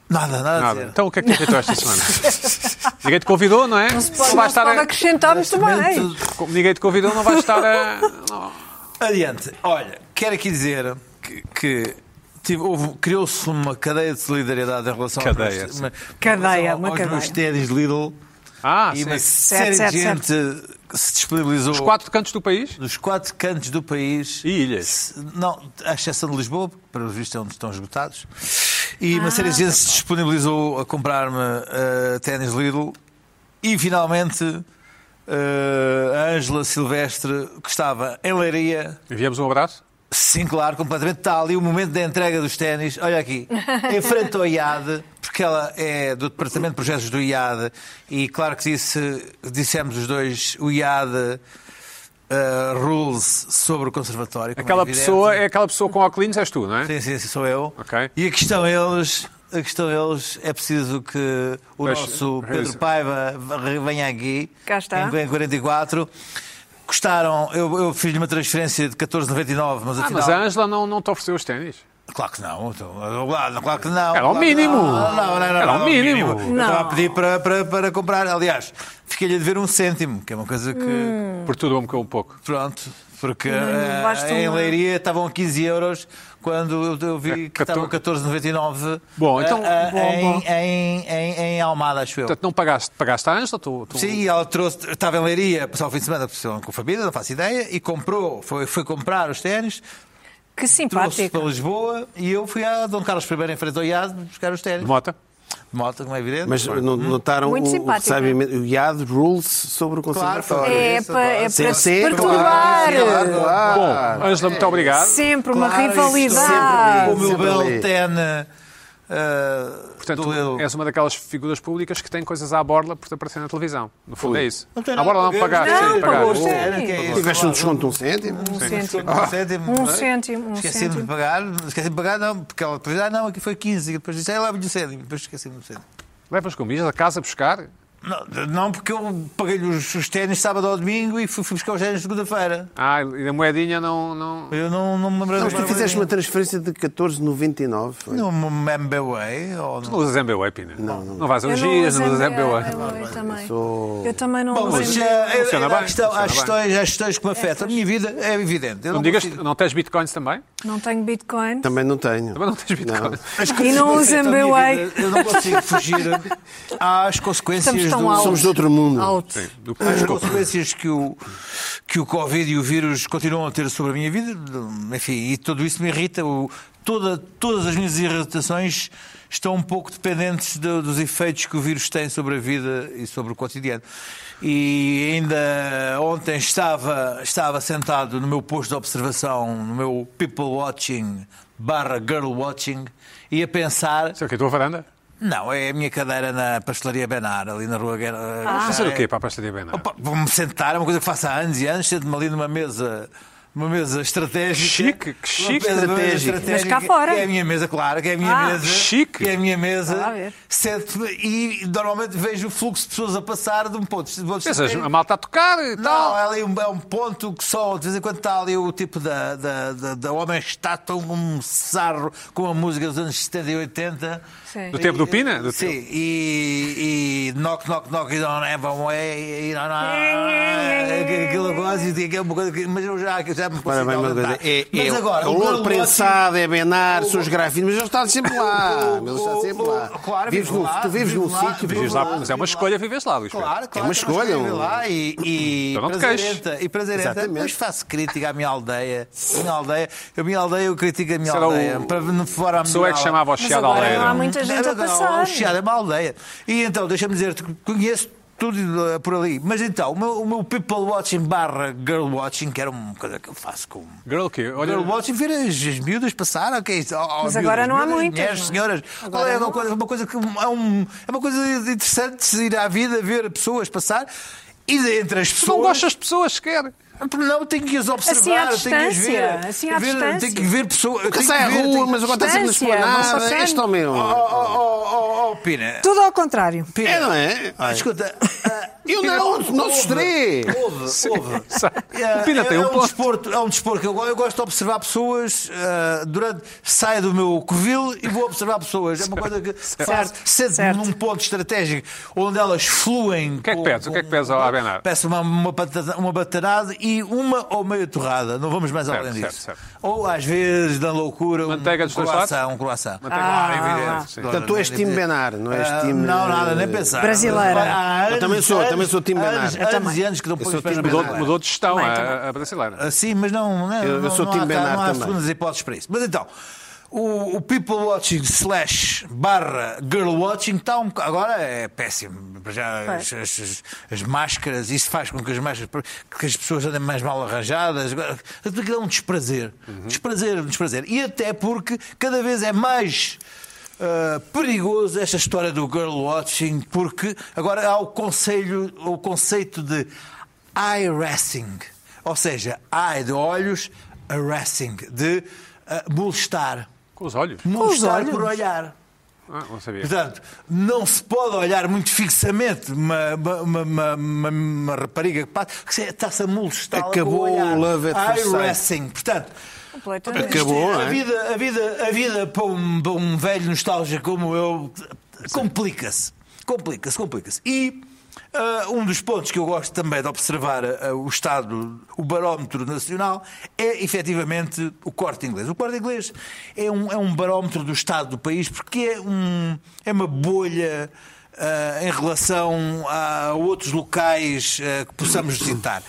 D: Nada, nada, a
A: Nada.
D: dizer.
A: Então o que é que te irritou esta
D: [LAUGHS]
A: semana? Ninguém te convidou, não é? Não
C: Se pode, não se pode acrescentar muito bem.
D: Tudo. [LAUGHS]
A: Como ninguém te convidou, não vais estar a. Não.
D: Adiante. Olha, quero aqui dizer que, que tive- houve- criou-se uma cadeia de solidariedade em relação
A: Cadeia,
D: aos, meus-
A: sim.
D: uma-
C: Cadeia,
D: aos,
C: uma
D: aos meus
C: cadeia.
D: ténis Lidl
A: Ah,
D: e
A: sim.
D: uma série
C: Certo,
D: de
C: certo,
D: gente que se disponibilizou
A: Os quatro cantos do país?
D: dos quatro cantos do país.
A: E ilhas.
D: Se- Não, à exceção de Lisboa, porque para os vistos é onde estão esgotados. E uma série de gente se disponibilizou a comprar-me eh, ténis Lidl. E finalmente eh, a Ângela Silvestre, que estava em Leiria,
A: Enviamos um abraço.
D: Sim, claro, completamente. Está ali o momento da entrega dos ténis.
C: [LAUGHS]
D: Olha aqui, em frente ao IAD, porque ela é do Departamento de Projetos do IAD e claro que disse, dissemos os dois, o IAD eh, rules sobre o conservatório. como
A: Aquela
D: é evidente.
A: pessoa, é aquela pessoa com óculos, és tu, não é?
D: Sim, sim, sim, sou eu.
A: Ok.
D: E a questão eles, a questão eles, é preciso que o
A: Pois, é
D: nosso
A: pois.
D: Pedro Paiva venha aqui.
C: Cá está.
D: Em 44. Custaram, eu, eu fiz-lhe uma transferência de 14,99, mas
A: Ah,
D: afinal...
A: mas a Ângela não, não te ofereceu os ténis.
D: Claro que não. então, Claro, claro que não.
A: Era o
D: Claro que
A: mínimo.
D: Não, não, não, não,
A: Era o
D: não,
A: mínimo.
D: Eu estava
C: Não.
D: a pedir para, para, para comprar. Aliás, fiquei-lhe a dever um cêntimo, que é uma coisa que.
A: Perturbou-me com um pouco.
D: Pronto. Porque
C: Hum. Não basta
D: eh, em
C: uma-
D: Leiria estavam a 15 euros quando eu, eu vi que estavam a 14,99
A: É, Bom, então,
D: eh, eh,
A: bom, bom. Então,
D: em, em, em, em Almada, acho eu.
A: Portanto, não pagaste, pagaste a Ângela? Tu, tu...
D: Sim, e ela trouxe, estava em Leiria, passou o fim de semana com a família, não faço ideia, e comprou, foi, foi comprar os ténis,
C: Que
D: trouxe para
C: simpático.
D: Lisboa e eu fui a Dom Carlos I em frente ao IAD buscar os ténis.
A: De mota?
D: De moto, como é evidente.
B: Mas não- notaram
C: Muito
B: o, o,
C: simpática.
B: sabe, o IAD Rules sobre o
D: Claro,
B: conservatório.
D: foi.
C: É
D: Isso,
C: para, é
D: claro.
C: para
B: Sim,
C: se
B: sim,
C: perturbar.
B: claro, claro.
D: Ah,
A: Bom, Ângela,
D: é.
A: muito obrigado.
C: Sempre uma
D: Claro,
C: rivalidade.
D: O meu
B: Sempre
D: belo
B: ali.
D: ten. Uh,
A: Portanto,
D: do Lilo.
A: és uma daquelas figuras públicas que tem coisas à borla por te aparecer na televisão. No fundo, é isso.
D: tem
A: À
D: nada
A: borla
D: a
A: não
D: ver.
A: pagaste,
C: Não,
A: sim,
C: pagou.
A: pagaste.
C: Sim.
D: Era, que é isso?
B: Tiveste um desconto de um cêntimo?
C: Um
A: Ah,
C: cêntimo.
D: Um cêntimo,
C: Um
D: não é?
C: cêntimo, um
D: Esqueci-me de
C: cêntimo.
D: pagar, esqueci de pagar, não, porque ela depois, ah, não, aqui foi 15, e depois disse, ah, leva-lhe o cêntimo, depois esqueci-me do cêntimo.
A: Levas com a casa a buscar?
D: Não, não, porque eu paguei-lhe os, os ténis sábado ou domingo e fui, fui buscar os ténis segunda-feira.
A: Ah, e a moedinha não... não...
D: Eu não, não me lembro
B: Não, mas tu
D: agora
B: fizeste uma
D: bem.
B: transferência de 14,99. foi?
D: No MBWay, ou
A: Não
D: não?
A: usas MBWay, Pina? Não, não. Não vais a
C: Eu
A: uns
C: não
A: dias, não
C: uso
A: usas
D: é
A: MBWay.
C: MBA, eu também.
B: sou-
C: Eu também não
D: Bom,
C: uso
D: mas,
C: MBA.
D: eh, eu-
A: Funciona
D: eu-
A: bem,
D: há questão- há
A: funciona bem.
D: questões, há questões que me afetam. A minha vida é evidente.
A: Não,
D: Eu não
A: digas,
D: consigo-
A: não tens bitcoins também?
C: Não tenho bitcoin.
B: Também não tenho.
A: Também não tens
D: [LAUGHS]
A: bitcoins?
C: E não usem
D: Então, minha
C: MBA.
D: vida, Eu não
C: [LAUGHS]
D: consigo fugir às
C: Estamos
D: consequências
C: tão
D: do-
C: altos.
B: Somos de outro mundo.
C: Altos.
A: Sim, do que
D: As
A: desculpa.
D: consequências que o, que o Covid e o vírus continuam a ter sobre a minha vida, enfim, e tudo isso me irrita. O, toda, todas as minhas irritações estão um pouco dependentes do- dos efeitos que o vírus tem sobre a vida e sobre o cotidiano. E ainda ontem estava, estava sentado no meu posto de observação, no meu people watching barra girl watching, e a pensar.
A: Isso é o quê? A tua varanda?
D: Não, é a minha cadeira na pastelaria Benar, ali na rua Guerra.
A: Fazer o quê para a pasta de Benar?
D: Ah, é. Opa, Vou-me sentar, é uma coisa que faço há anos e anos, sento-me ali numa mesa. Uma mesa estratégica.
A: Chique, que chique.
D: Uma mesa
A: Estratégica.
D: estratégica,
C: Mas cá fora.
D: Que é a minha mesa, claro, que é a minha
C: Ah.
D: mesa.
A: Chique.
D: Que é a minha mesa.
C: Vá ver.
D: Sento-me e normalmente vejo o fluxo de pessoas a passar de um ponto. De outro
A: Pensas,
D: estratégico.
A: a malta a tocar e
D: Não,
A: tal.
D: é ali um, é um ponto que só de vez em quando está ali o tipo da, da, da, da homem estátua, um sarro com a música dos anos 70 e 80.
C: Sim.
A: Do tempo do Pina? Do
D: Sim,
A: teu-
D: e, e knock, knock, knock, you don't have a way, you don't know. Aquele negócio, que é uma coisa que. Mas eu já, já me
B: Para bem, uma
D: consigo
B: coisa.
D: aguentar.
B: É, é,
D: Mas agora,
B: é o
D: Carlos
B: ouro
D: Lopes-
B: prensado, é Benar, são os grafinos, mas ele está sempre lá. Mas ele está sempre lá.
D: Claro,
B: vives
D: vivo
B: num,
D: lá,
B: tu vives
D: vivo
B: num
D: lá,
B: sítio.
D: vivo
A: Vives
B: vives
A: lá,
B: lá.
A: mas é uma escolha, vives lá, Luís Pedro.
D: Claro, claro.
B: uma
D: que
B: escolha,
D: escolhi
B: um-
D: Lá e, e
A: Então não te
D: prazerenta. E prazerenta.
B: Exatamente.
D: Depois faço crítica à minha aldeia. A minha aldeia, a minha aldeia, eu critico a minha
A: Isso era
D: aldeia.
A: o-
D: Para não fora a
A: A pessoa é que
D: melhor-
A: chamava o
C: Mas
A: Chiado
C: agora
D: um-
C: não há
A: Aldeira.
C: muita gente a
D: Não, não,
C: passar.
D: O Chiado é uma aldeia. E então, deixa-me dizer-te, que conheço tudo eh, por ali. Mas então, o meu, o meu people watching barra girl watching, que era uma coisa que eu faço com...
A: Girl, o quê? Olha,
D: Girl watching, ver as, as miúdas passar, ok? isso, ó, ó,
C: Mas
D: miúdas,
C: agora não há
D: miúdas,
C: muitas,
D: Mulheres,
C: não é?
D: senhoras.
C: Agora
D: Olha, é
C: não
D: uma
C: há.
D: coisa, uma coisa que é, um- é uma coisa interessante de se ir à vida, ver pessoas passar. E entre as
A: tu
D: pessoas. ah,
A: não gostas de pessoas sequer.
D: Não, tenho que as
C: Assim à
D: observar, tenho que as ver.
C: distância, assim à
D: ver
C: distância.
D: Tenho que ver pessoas.
B: Nunca
D: tenho
B: sai à
D: que ver,
B: rua,
D: tenho-
B: mas agora está sempre na
C: Distância, não se
B: esplanada.
C: ofende.
B: Este é o meu.
D: Oh, oh, oh, oh, oh, Pina.
C: Tudo ao contrário.
D: Pina.
B: É, não é?
D: [LAUGHS] Escuta, ah,
B: Eu não, nós três.
D: Houve, houve.
A: Sabe?
D: É,
A: O Pina
D: é-
A: tem um
D: é
A: ponto.
D: desporto, é um desporto que eu, go- eu gosto de observar pessoas ah, durante. Saio do meu covil e vou observar pessoas. É uma coisa que faço. Sente-me
C: certo.
D: num ponto estratégico onde elas fluem. O
A: que é que pedes? O que é que pedes ao Abenar?
D: Peço uma, uma, batata- uma batarada e uma ou meia torrada. Não vamos mais
A: Certo,
D: além
A: certo,
D: disso.
A: certo.
D: Ou às vezes, na loucura,
A: Manteiga
D: um,
A: dos dois
D: croissant.
A: lados?
D: Um croissant.
A: Manteiga-
D: Ah, evidente.
A: é sim.
D: Claro.
B: Portanto, tu és time Benar, não és
D: Ah,
B: time...
D: Não, nada, nem
B: eh,
D: pensar.
C: Brasileira.
D: Há
B: Eu também sou, também sou time Benar.
D: anos,
B: Eu
D: anos
C: também.
D: e anos que não
B: Eu
D: pôs
B: sou
D: os pés
B: time
D: na
B: Benar.
A: Mudou,
D: Benar.
A: mudou de gestão
C: Também,
A: a-
C: também.
A: a brasileira.
D: Ah, Sim, mas não, não,
B: Eu- eu
D: não,
B: sou
D: não
B: time
D: há,
B: Bernard
D: não há
B: também.
D: segundas hipóteses para isso. Mas então, o, o people watching slash barra girl watching está um, boca- agora é péssimo. Para Já as, as- as- as máscaras, isso faz com que as máscaras que as pessoas andem mais mal arranjadas. Agora, Aquilo é um desprazer. Desprazer, um desprazer. E até porque cada vez é mais. ah, perigoso esta história do girl watching porque agora há o conselho o conceito de eye racing ou seja, ai de olhos, harassing, de uh, molestar.
A: Com os olhos.
D: Molestar
C: olhos?
D: por olhar.
A: Ah, não sabia.
D: Portanto, não se pode olhar muito fixamente uma, uma, uma, uma- uma- uma rapariga que passa, que se- é está-se a molestar.
B: Acabou
D: com o olhar.
B: o love at first sight.
D: Harassing. Portanto,
C: Completamente.
B: Acabou.
D: é- a,
B: hein?
D: vida, a, vida, a vida para um, para um velho nostálgico como eu complica-se. Complica-se, complica-se. E ah, um dos pontos que eu gosto também de observar ah, o Estado, o barómetro nacional, é efetivamente o corte inglês. O corte inglês é um, é um barómetro do Estado do país porque é, um, é uma bolha. ah, em relação a outros locais ah, que possamos visitar.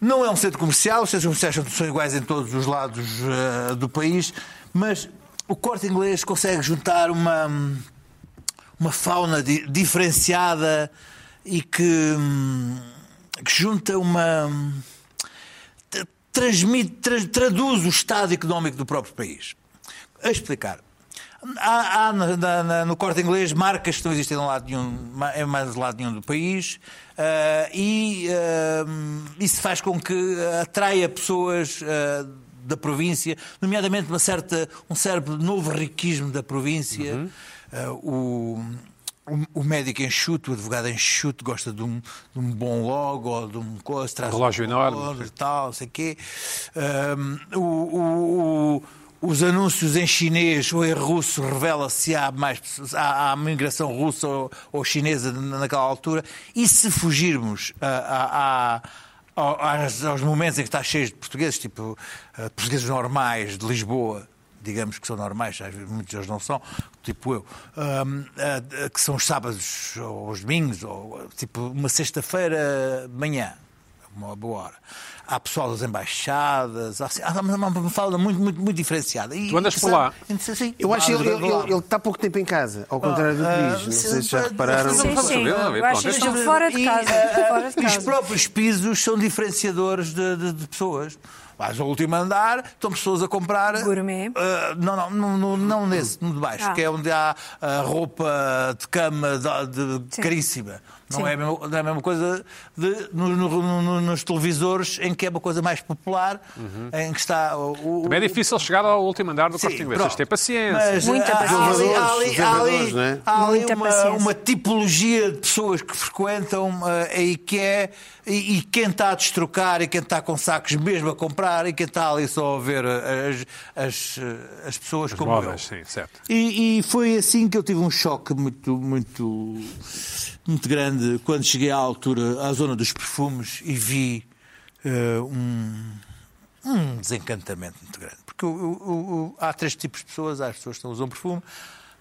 D: Não é um centro comercial, os centros comerciais são- são iguais em todos os lados eh, do país, mas o corte inglês consegue juntar uma, uma fauna di- diferenciada e que, hum, que junta uma. hum, tra- transmite, tra- traduz o estado económico do próprio país. A explicar. Há, há na- na- na- no corte inglês marcas que não existem em lado nenhum, ma- em mais lado nenhum do país ah, e ah, isso faz com que atraia pessoas ah, da província, nomeadamente uma certa, um certo novo riquismo da província.
A: Uhum.
D: Ah, o, o, o médico enxuto, o advogado enxuto, gosta de um, de um bom logo ou de um coisa, traz
A: Relógio
D: um
A: enorme,
D: valor e tal, não sei quê. Ahm, o- o- o- os anúncios em chinês ou em russo revela se há mais pessoas- há, há migração russa ou, ou chinesa na- naquela altura. E se fugirmos ah, a- a- ao- aos, aos momentos em que está cheio de portugueses, tipo ah, portugueses normais de Lisboa, digamos que são normais, às vezes muitos deles não são, tipo eu, ahm, ah, que são os sábados ou os domingos, ou tipo uma sexta-feira de manhã, uma boa hora. Há pessoal das embaixadas, há, há uma, uma fala muito, muito, muito diferenciada. E,
A: Tu andas por lá?
D: interessante- sim.
B: Eu acho que
D: Ah,
B: ele, ele,
D: lá.
B: ele- ele está há pouco tempo em casa, ao contrário do
D: Ah,
B: que diz. Não sei se já
D: sim,
B: repararam.
D: sim,
C: Sim,
A: faço
C: sim.
A: ideia, não é?
C: Eu acho que
A: Pronto,
C: estão fora de
D: então, E,
C: casa.
D: ah,
C: [LAUGHS]
D: ah,
C: Fora de
D: Os
C: casa.
D: próprios pisos são diferenciadores de, de- de pessoas. Mas ao último andar estão pessoas a comprar.
C: Gourmet.
D: ah, não, não, não, não, não nesse, no de baixo,
C: Ah.
D: que é onde há ah, roupa de cama de, de
C: Sim.
D: caríssima. Não
C: Sim.
D: é, a mesma, não é a mesma coisa de- no- no- no- nos televisores, em que é uma coisa mais popular, em que está o. o-
A: Também é difícil chegar ao último andar do
D: Sim,
A: Costa Inglês.
D: pronto.
A: Tens de ter paciência.
D: Mas,
C: Muita
D: há- há
C: paciência.
D: ali- há ali- há ali-
B: Jogadores, não é?
D: há ali
C: Muita
D: uma,
C: paciência.
D: uma tipologia de pessoas que frequentam eh, a IKEA e, e quem está a destrocar e quem está com sacos mesmo a comprar e quem está ali só a ver eh, as, as, eh, as pessoas como
A: Móveis,
D: eu.
A: sim, certo.
D: E, e foi assim que eu tive um choque muito, muito, muito grande quando cheguei à altura, à zona dos perfumes e vi eh, um, um desencantamento muito grande. Porque o- o- o- o- há três tipos de pessoas, há as pessoas que não usam perfume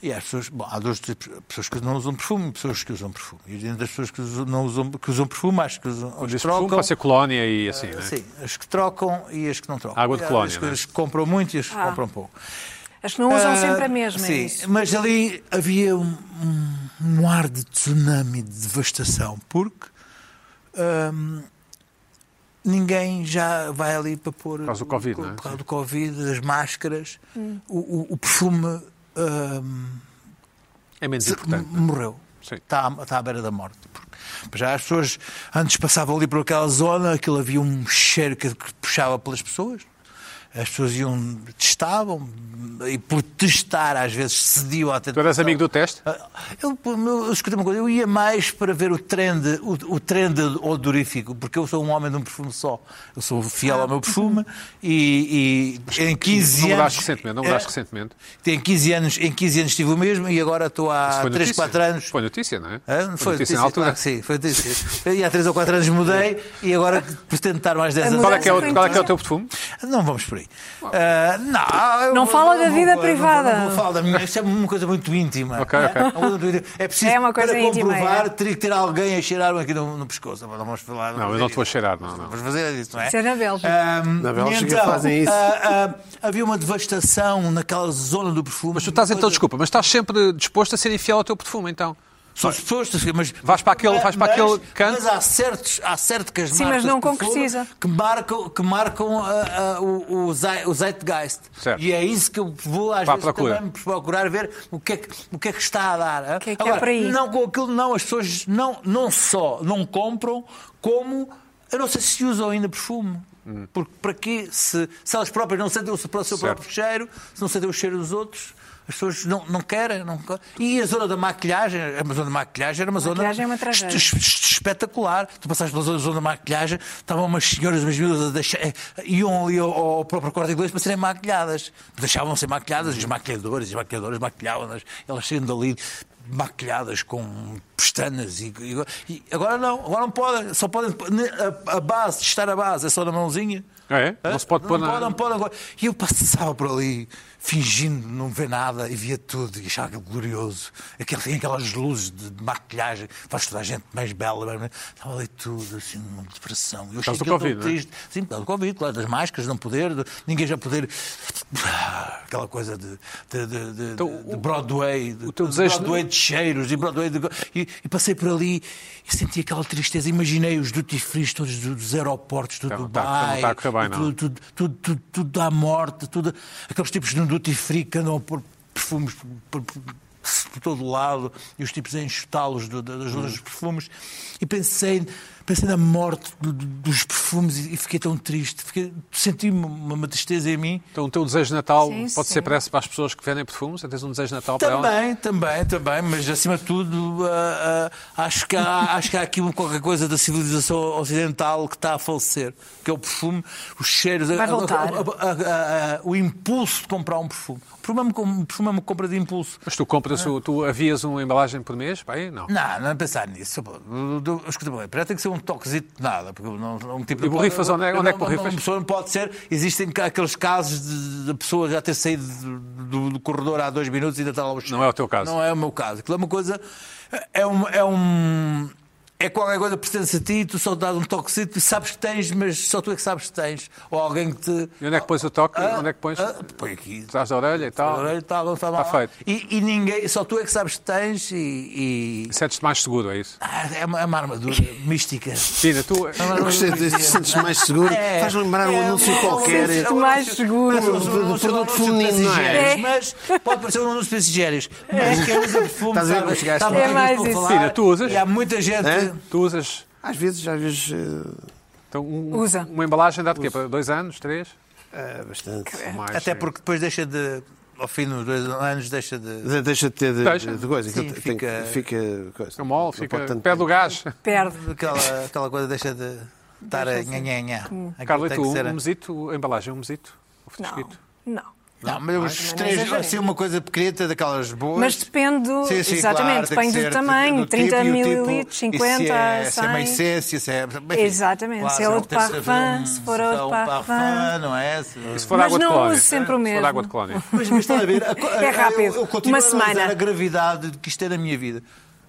D: e há as pessoas, bom, há dois tipos, pessoas que não usam perfume e pessoas que usam perfume. E dentro das pessoas que usam, não usam, que usam perfume, acho que usam,
A: Mas
D: as
A: esse perfume
D: trocam.
A: pode ser colónia e assim, né?
D: Ah, Sim, as que trocam e as que não trocam.
A: Água de
D: E há
A: colónia,
D: As que,
A: não é?
D: as que compram muito e as que
C: Ah.
D: compram pouco.
C: As que não usam
D: Ah,
C: sempre a mesma. é
D: Sim,
C: isso?
D: mas ali havia um, um- um ar de tsunami, de devastação, porque hum, ninguém já vai ali para pôr.
A: causa do Covid,
D: por,
A: não é?
D: causa do Covid, das máscaras,
C: Hum.
D: o, o- o perfume hum,
A: É menos
D: se-
A: importante.
D: m- morreu.
A: Sim.
D: Está, à- está à beira da morte. Porque já as pessoas antes passavam ali por aquela zona, aquilo havia um cheiro que, que puxava pelas pessoas. As pessoas iam, testavam, e por testar às vezes cediam à
A: Tu eras amigo do teste?
D: ah, Eu, eu escutei uma coisa, eu ia mais para ver o trend, o, o trend odorífico, porque eu sou um homem de um perfume só. Eu sou fiel ao
A: [LAUGHS]
D: meu perfume e, e em 15
A: Não
D: anos.
A: mudaste recentemente, não mudaste
D: eh,
A: recentemente.
D: Tem 15 anos, em 15 anos tive o mesmo e agora estou há
A: Foi
D: 3,
A: notícia.
D: 4 anos.
A: Foi notícia, não é?
D: Hã? Foi notícia,
A: na altura.
D: claro que sim, foi notícia. E há 3 ou 4 anos mudei e agora pretendo estar mais 10 anos.
A: Qual é, que é
C: Foi
A: o, qual é que é o
C: notícia.
A: teu perfume?
D: Não vamos por aí. Ah, não, eu-
C: Não fala da vida
D: não,
C: privada.
D: Não, não, falo da minha. Isto é uma coisa muito íntima.
A: Ok, ok.
D: É uma coisa muito íntima. É preciso
C: É uma coisa
D: para
C: íntima,
D: comprovar,
C: é.
D: teria que ter alguém a cheirar-me aqui no, no pescoço. Mas não vamos falar.
A: Não, eu
D: vamos
A: não
D: fazer
A: te vou
D: isso.
A: cheirar, não, não.
D: Vamos fazer isso, não é?
C: Isso é na Bélgica.
D: Ahm,
B: Na Bélgica
D: e então,
B: fazem isso.
D: ah, ah, havia uma devastação naquela zona do perfume.
A: Mas tu estás então, desculpa, mas estás sempre disposto a ser infiel ao teu perfume, então.
D: São expostas, mas.
A: Vais para aquele- vais para aquele canto?
D: Mas há certos, há certo que as
C: Sim,
D: marcas
C: mas não
D: de perfume
C: concretiza.
D: Que marcam, que marcam ah, ah, o, o zei- o zeitgeist.
A: Certo.
D: E é isso que eu vou às
A: Vá à
D: vezes
A: procura.
D: também procurar ver o que é que, o que, é que está a dar. hã?
C: que é que é
D: Agora,
C: por aí?
D: Não, com aquilo não, as pessoas não, não só não compram, como eu não sei se usam ainda perfume. Porque para quê? Se, se elas próprias não sentem o seu o seu
A: Certo.
D: próprio cheiro, se não sentem o cheiro dos outros, as pessoas não, não querem. Não... co- E a zona da maquilhagem, a zona da maquilhagem era uma zona
C: Maquilhagem é uma
D: est-
C: tragédia.
D: es- es- espetacular. Tu passaste pela zona, zona da maquilhagem, estavam umas senhoras, umas miúdas, a deixar, eh, iam ali ao, ao próprio quarto inglês para serem maquilhadas. Deixavam-se ser maquilhadas, os maquilhadores, as maquilhadoras maquilhavam-nas, elas saindo dali maquilhadas com pestanas e, e- e agora não, agora não podem, só podem ne- a, a base, estar a base é só na mãozinha.
A: Ah, é? Não se pode pôr na-
D: podem, não podem agora. E eu passava por ali, fingindo não ver nada, e via tudo, e achava aquilo glorioso. Aquele, tem aquelas luzes de, de maquilhagem, faz toda a gente mais bela. mais- Estava ali tudo, assim, numa depressão. Eu
A: causa do
D: achei aquilo tão
A: Covid, não é?
D: triste. Sim, por causa do Covid, claro, das máscaras, não poder, de- ninguém já poder. Aquela coisa de, de, de- de- de Broadway, de,
A: Então, o teu
D: de
A: desejo-
D: Broadway de cheiros, e Broadway de... e, e passei por ali e senti aquela tristeza. Imaginei os duty free todos do- dos aeroportos do
A: Não, tá-
D: Dubai,
A: não tá a correr bem, não.
D: tudo, tudo, tudo, tudo, tudo à morte, tudo, aqueles tipos no duty free que andam a pôr perfumes por, por- por todo o lado e os tipos a enxotá-los do- da- das lojas de perfumes. E pensei, pensei na morte do- do- dos perfumes e, e fiquei tão triste. Fiquei- Senti uma, uma tristeza em mim.
A: Então o teu desejo de Natal
C: Sim,
A: pode
C: sim.
A: ser parece para as pessoas que vendem perfumes? Tens um desejo de Natal para elas?
D: Também, Então, também, também, mas acima de tudo ah, ah, acho, que
A: [LAUGHS]
D: há, acho que há aqui uma qualquer coisa da civilização ocidental que está a falecer, que é o perfume, os cheiros, a-
C: Vai voltar.
D: a- a- a- a- o impulso de comprar um perfume. O perfume é uma com- o perfume é uma compra de impulso.
A: Mas tu compras, o- tu avias uma embalagem por mês? Bem, não.
D: Não, não é pensar nisso. Eu- eu- eu- Escuta bem, primeiro tem que ser um toquezito de nada. Porque não, não- um tipo
A: E
D: não
A: borrifas,
D: pode-
A: onde é-
D: não-
A: onde é que
D: não-
A: borrifas?
D: Uma pessoa não pode ser. Existem ca- aqueles casos de- da pessoa já ter saído do, do- do corredor há dois minutos e ainda está lá o cheiro.
A: Não é o teu caso.
D: Não é o meu caso. Aquilo é uma coisa. É um. É um é qualquer coisa que pertence a ti, tu só dás um toquezito e sabes que tens, mas só tu é que sabes que tens. Ou alguém que te.
A: E onde é que pões o toque?
D: Ah,
A: onde é que pões?
D: ah, põe aqui.
A: Atrás da orelha e tal?
D: Agora está, não está
A: Está
D: mal.
A: feito.
D: E, e ninguém, só tu é que sabes que tens e. e-
A: Sentes-te mais seguro, é isso?
D: Ah, é, uma, é uma armadura mística.
A: Pina, tu...
B: Eu gostei disso, sentes mais seguro. Faz lembrar um anúncio qualquer.
C: Sinto-te mais seguro.
D: Do
B: produto feminino, não
C: é?
D: Mas pode parecer um anúncio para exigérios. Mas quem usa perfume
B: Estás a ver
D: sabe,
B: como chegaste
D: sabe
B: lá?
C: É
D: do que
C: mais
D: estou a
C: isso.
D: falar.
A: Tina, tu usas?
D: E há muita gente...
B: Hã?
A: Tu usas
B: Às vezes, às vezes, eh,
A: então, um-
C: Usa.
A: uma embalagem dá de quê? Para dois anos? Três?
B: é bastante.
A: Ou mais,
D: Até
A: sim.
D: porque depois deixa de... Ao fim dos dois anos deixa de...
B: De- Deixa de ter de,
A: Deixa.
B: de coisa.
D: Sim,
B: aquilo tem-
D: fica-
B: fica coisa.
A: Fica mole,
B: Não pode
A: fica...
B: tanto-
A: Perde o gás.
C: Perde.
D: Aquela, aquela coisa deixa de estar a
C: Deixa assim.
D: nhanhanhá. Aquilo
A: Carla, e
D: tem
A: tu,
D: que ser-
A: um mesito, a embalagem, um mesito? Um
C: Não,
A: fresquito?
C: não.
D: Não, mas os
C: não
D: três...
C: exagerei.
D: Assim, uma coisa pequenita daquelas boas...
C: Mas depende do.
D: Sim, sim,
C: exatamente,
D: claro, tem que
C: depende
D: ser
C: do tamanho,
D: do tipo
C: 30
D: e o tipo,
C: mililitros,
D: e
C: 50,
D: se é,
C: 100.
D: Se é uma essência, se é... Enfim,
C: Exatamente, se é
D: não
C: outro
D: tem a ver
C: parfum, se for outro
D: um
C: parfum.
D: não é? Se-
A: Se for
C: Mas
A: água de
C: não
A: colónia.
C: uso sempre o
A: Se for
C: mesmo.
A: água de
C: [LAUGHS]
A: colónia.
D: Mas, mas está a ver, a co-
C: É
D: a-
C: rápido,
D: Eu, eu continuo
C: uma
D: a analisar
C: semana.
D: a gravidade de que isto é na minha vida.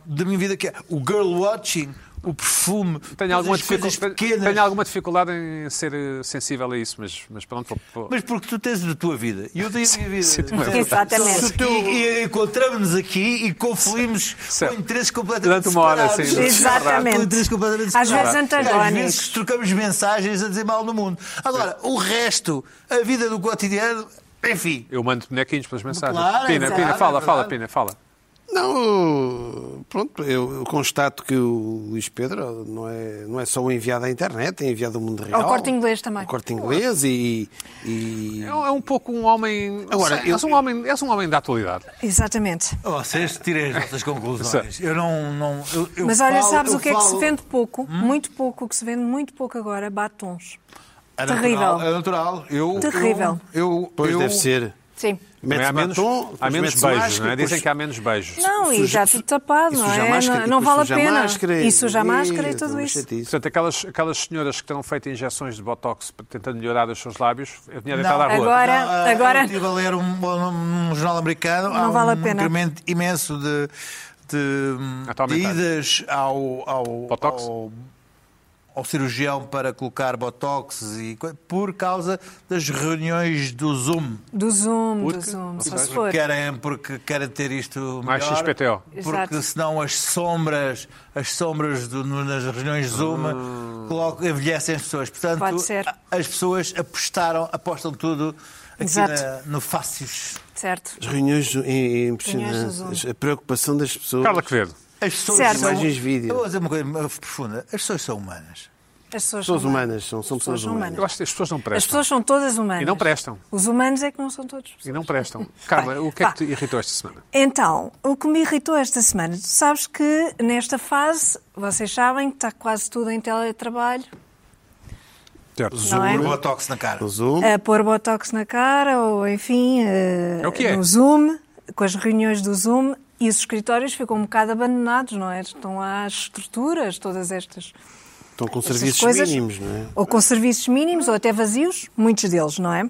D: Da minha vida que é o girl watching, o perfume, todas
A: Tenho alguma,
D: as coisas
A: dificu-
D: pequenas.
A: tenho alguma dificuldade em ser eh, sensível a isso, mas, mas pronto, vou- vou-
D: Mas porque tu tens da tua vida e eu tenho a minha vida.
A: sim, também é
D: Portanto,
C: verdade. Exatamente.
D: se tu- E, e encontramos-nos aqui e confluímos
A: Certo.
D: com interesses completamente
A: Durante uma hora,
D: separados.
A: sim.
C: Exatamente.
D: Com interesses completamente
C: Às
D: separados.
C: vezes
D: Às
C: antagónicos.
D: vezes trocamos mensagens a dizer mal do mundo. Agora, o resto, a vida do cotidiano, enfim.
A: eu mando bonequinhos pelas mensagens.
D: Claro, é
A: Pina,
D: verdade,
A: Pina, fala,
D: é
A: fala,
D: verdade.
A: Pina, fala.
B: Não, pronto, eu constato que o Luís Pedro não é, não é só um enviado à internet, é enviado ao mundo real.
C: Ao Corte Inglês também.
B: Ao corte inglês e... e-
A: É, um- é um pouco um homem.
B: Agora,
A: és,
B: eu-
A: um homem és um homem da atualidade.
C: Exatamente.
D: Vocês tirem as vossas conclusões. Eu não. não eu, eu
C: Mas olha,
D: falo-
C: sabes
D: eu
C: o que é que se
D: falo-
C: vende pouco? Muito pouco. O que se vende muito pouco agora? Batons.
D: É
C: Terrível.
D: natural. É natural. Eu,
C: Terrível.
D: Eu, eu,
B: Pois
D: eu-
B: deve ser.
C: Sim.
A: Também
B: Mete-se
A: há menos,
B: batom,
A: há
B: depois
A: menos
B: mete-se
A: beijos,
B: máscara,
A: não é? Dizem
B: depois-
A: que há menos beijos.
C: Não, e
B: Suja-
C: já tudo tapado,
B: e
C: não
B: suja a
C: é?
B: máscara,
C: não
B: e
C: não
B: depois
C: vale a
B: suja
C: pena.
B: máscara,
C: e suja a
B: Ih,
C: máscara e tudo
B: uma
C: isso.
B: chatice.
A: Portanto, aquelas, aquelas senhoras que terão feito injeções de botox para- tentando melhorar os seus lábios, eu tinha deitado à rua.
C: agora-
D: ah,
C: agora-
D: Eu estive a ler um, um- um jornal americano.
C: Não
D: há
C: vale a
D: um
C: pena.
D: incremento imenso de, de,
B: É
A: Está a
D: de
A: aumentar.
D: idas ao, ao,
A: Botox?
D: ao, ao cirurgião para colocar botox e coi- por causa das reuniões do Zoom.
C: Do Zoom, do
A: Porque-
C: Zoom, só
A: Porque
C: se for.
D: Querem, porque querem ter isto melhor.
A: Mais XPTO.
C: Exato.
D: Porque senão as sombras, as sombras do- no- nas reuniões Zoom
C: Ah.
D: colocam, envelhecem as pessoas. Portanto,
C: Pode ser.
D: a- as pessoas apostaram, apostam tudo aqui
C: Exato.
D: na- no Fácios.
C: Certo.
B: As reuniões do- é
C: Reuniões do
B: impressionantes.
C: Zoom.
B: A preocupação das pessoas.
A: Carla Quevedo.
D: As pessoas
C: Certo.
D: são-
B: Imagens, vídeo.
D: Eu vou dizer uma coisa profunda. As pessoas são humanas.
C: As pessoas,
B: Pessoas
C: são
B: humanas, são, são pessoas humanas.
A: Eu acho que as pessoas não prestam.
C: As pessoas são todas humanas.
A: E não prestam.
C: Os humanos é que não são todos.
A: E não prestam.
C: [LAUGHS]
A: Carla, o que é que te irritou esta semana?
C: Então, o que me irritou esta semana, tu sabes que nesta fase, vocês sabem que está quase tudo em teletrabalho,
A: Certo.
C: não é?
D: O um botox na cara.
B: O Zoom,
C: A pôr botox na cara ou, enfim, eh,
A: É o que é.
C: no Zoom, com as reuniões do Zoom, e os escritórios ficam um bocado abandonados, não é? Estão lá as estruturas, todas estas
B: estão com
C: essas
B: serviços
C: coisas,
B: mínimos, não é?
C: Ou com serviços mínimos, ou até vazios, muitos deles, não é?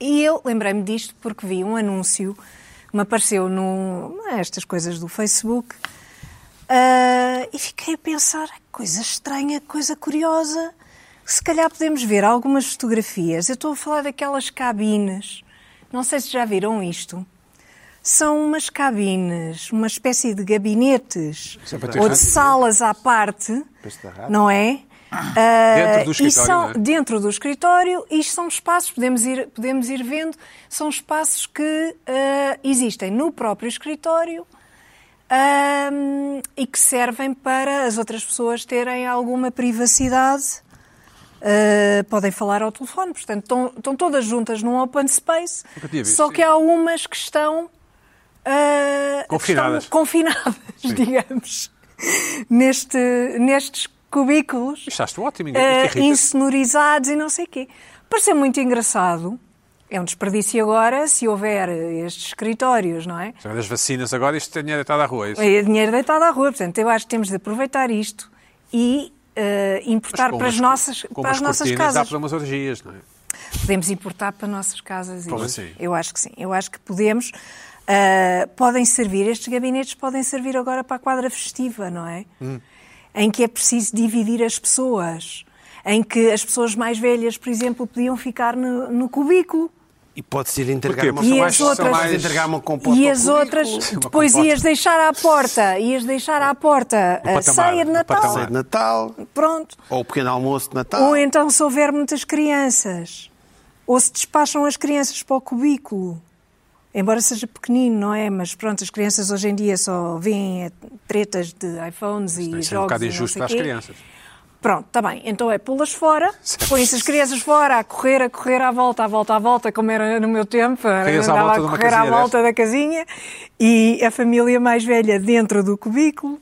C: E eu lembrei-me disto porque vi um anúncio que me apareceu nestas coisas do Facebook ah, e fiquei a pensar, "Ai, coisa estranha, coisa curiosa. Se calhar podemos ver algumas fotografias. Eu estou a falar daquelas cabines. Não sei se já viram isto. São umas cabines, uma espécie de gabinetes
A: é para ter
C: ou de
A: rádio,
C: salas à parte,
B: Parece da rádio.
C: não é?
A: [COUGHS] Dentro do
C: Ah, e
A: escritório,
C: são-
A: não é?
C: Dentro do escritório, isto são espaços, podemos ir, podemos ir vendo, são espaços que ah, existem no próprio escritório ah, e que servem para as outras pessoas terem alguma privacidade. Uh, podem falar ao telefone, portanto, estão, estão todas juntas num open space,
A: Nunca tinha visto,
C: só
A: sim.
C: que há umas que estão, uh, que
A: Confinadas.
C: estão confinadas, [LAUGHS] digamos, neste, nestes cubículos
A: Achaste ótimo,
C: uh,
A: irrita
C: insonorizados e não sei o quê. Pareceu muito engraçado. É um desperdício agora se houver estes escritórios, não é?
A: Das vacinas agora, isto tinha deitado à rua. Isso.
C: É dinheiro deitado à rua, portanto, eu acho que temos de aproveitar isto e eh, importar
A: Com
C: para
A: umas-
C: as nossas,
A: com
C: para as
A: umas
C: nossas
A: cortinas Dá
C: casas.
A: para umas orgias, não é?
C: Podemos importar para as nossas casas.
A: Como
C: isto.
A: assim?
C: Eu acho que sim, eu acho que podemos. Ah, podem servir, estes gabinetes podem servir agora para a quadra festiva, não é?
A: Hum.
C: Em que é preciso dividir as pessoas. Em que as pessoas mais velhas, por exemplo, podiam ficar no, no cubículo.
B: E pode-se ir entregar
A: Porquê?
B: uma
A: Porque são
C: E
A: mais,
C: as
A: são
C: outras-
A: mais-
B: entregar uma compota
C: E
B: ao
C: as
B: público. um
C: outras,
A: Uma
C: depois
A: composta.
C: ias deixar à porta, ias deixar à porta a
A: patamar,
C: ceia de
A: no
C: Natal.
A: patamar.
B: Ceia de Natal,
C: Pronto.
B: ou o pequeno almoço de Natal.
C: Ou então se houver muitas crianças. Ou se despacham as crianças para o cubículo. Embora seja pequenino, não é? Mas pronto, as crianças hoje em dia só veem eh, tretas de iPhones
A: Tem
C: e jogos.
A: sido um bocado
C: e não
A: injusto
C: sei
A: para as
C: quê.
A: crianças.
C: Pronto, está bem. Então é pô-las fora,
A: Certo.
C: põe-se as crianças fora, a correr, a correr, à volta, à volta, à volta, como era no meu tempo. era-
A: Criança à
C: Andava
A: volta
C: a
A: de uma
C: correr à
A: casinha
C: volta da casinha e a família mais velha dentro do cubículo.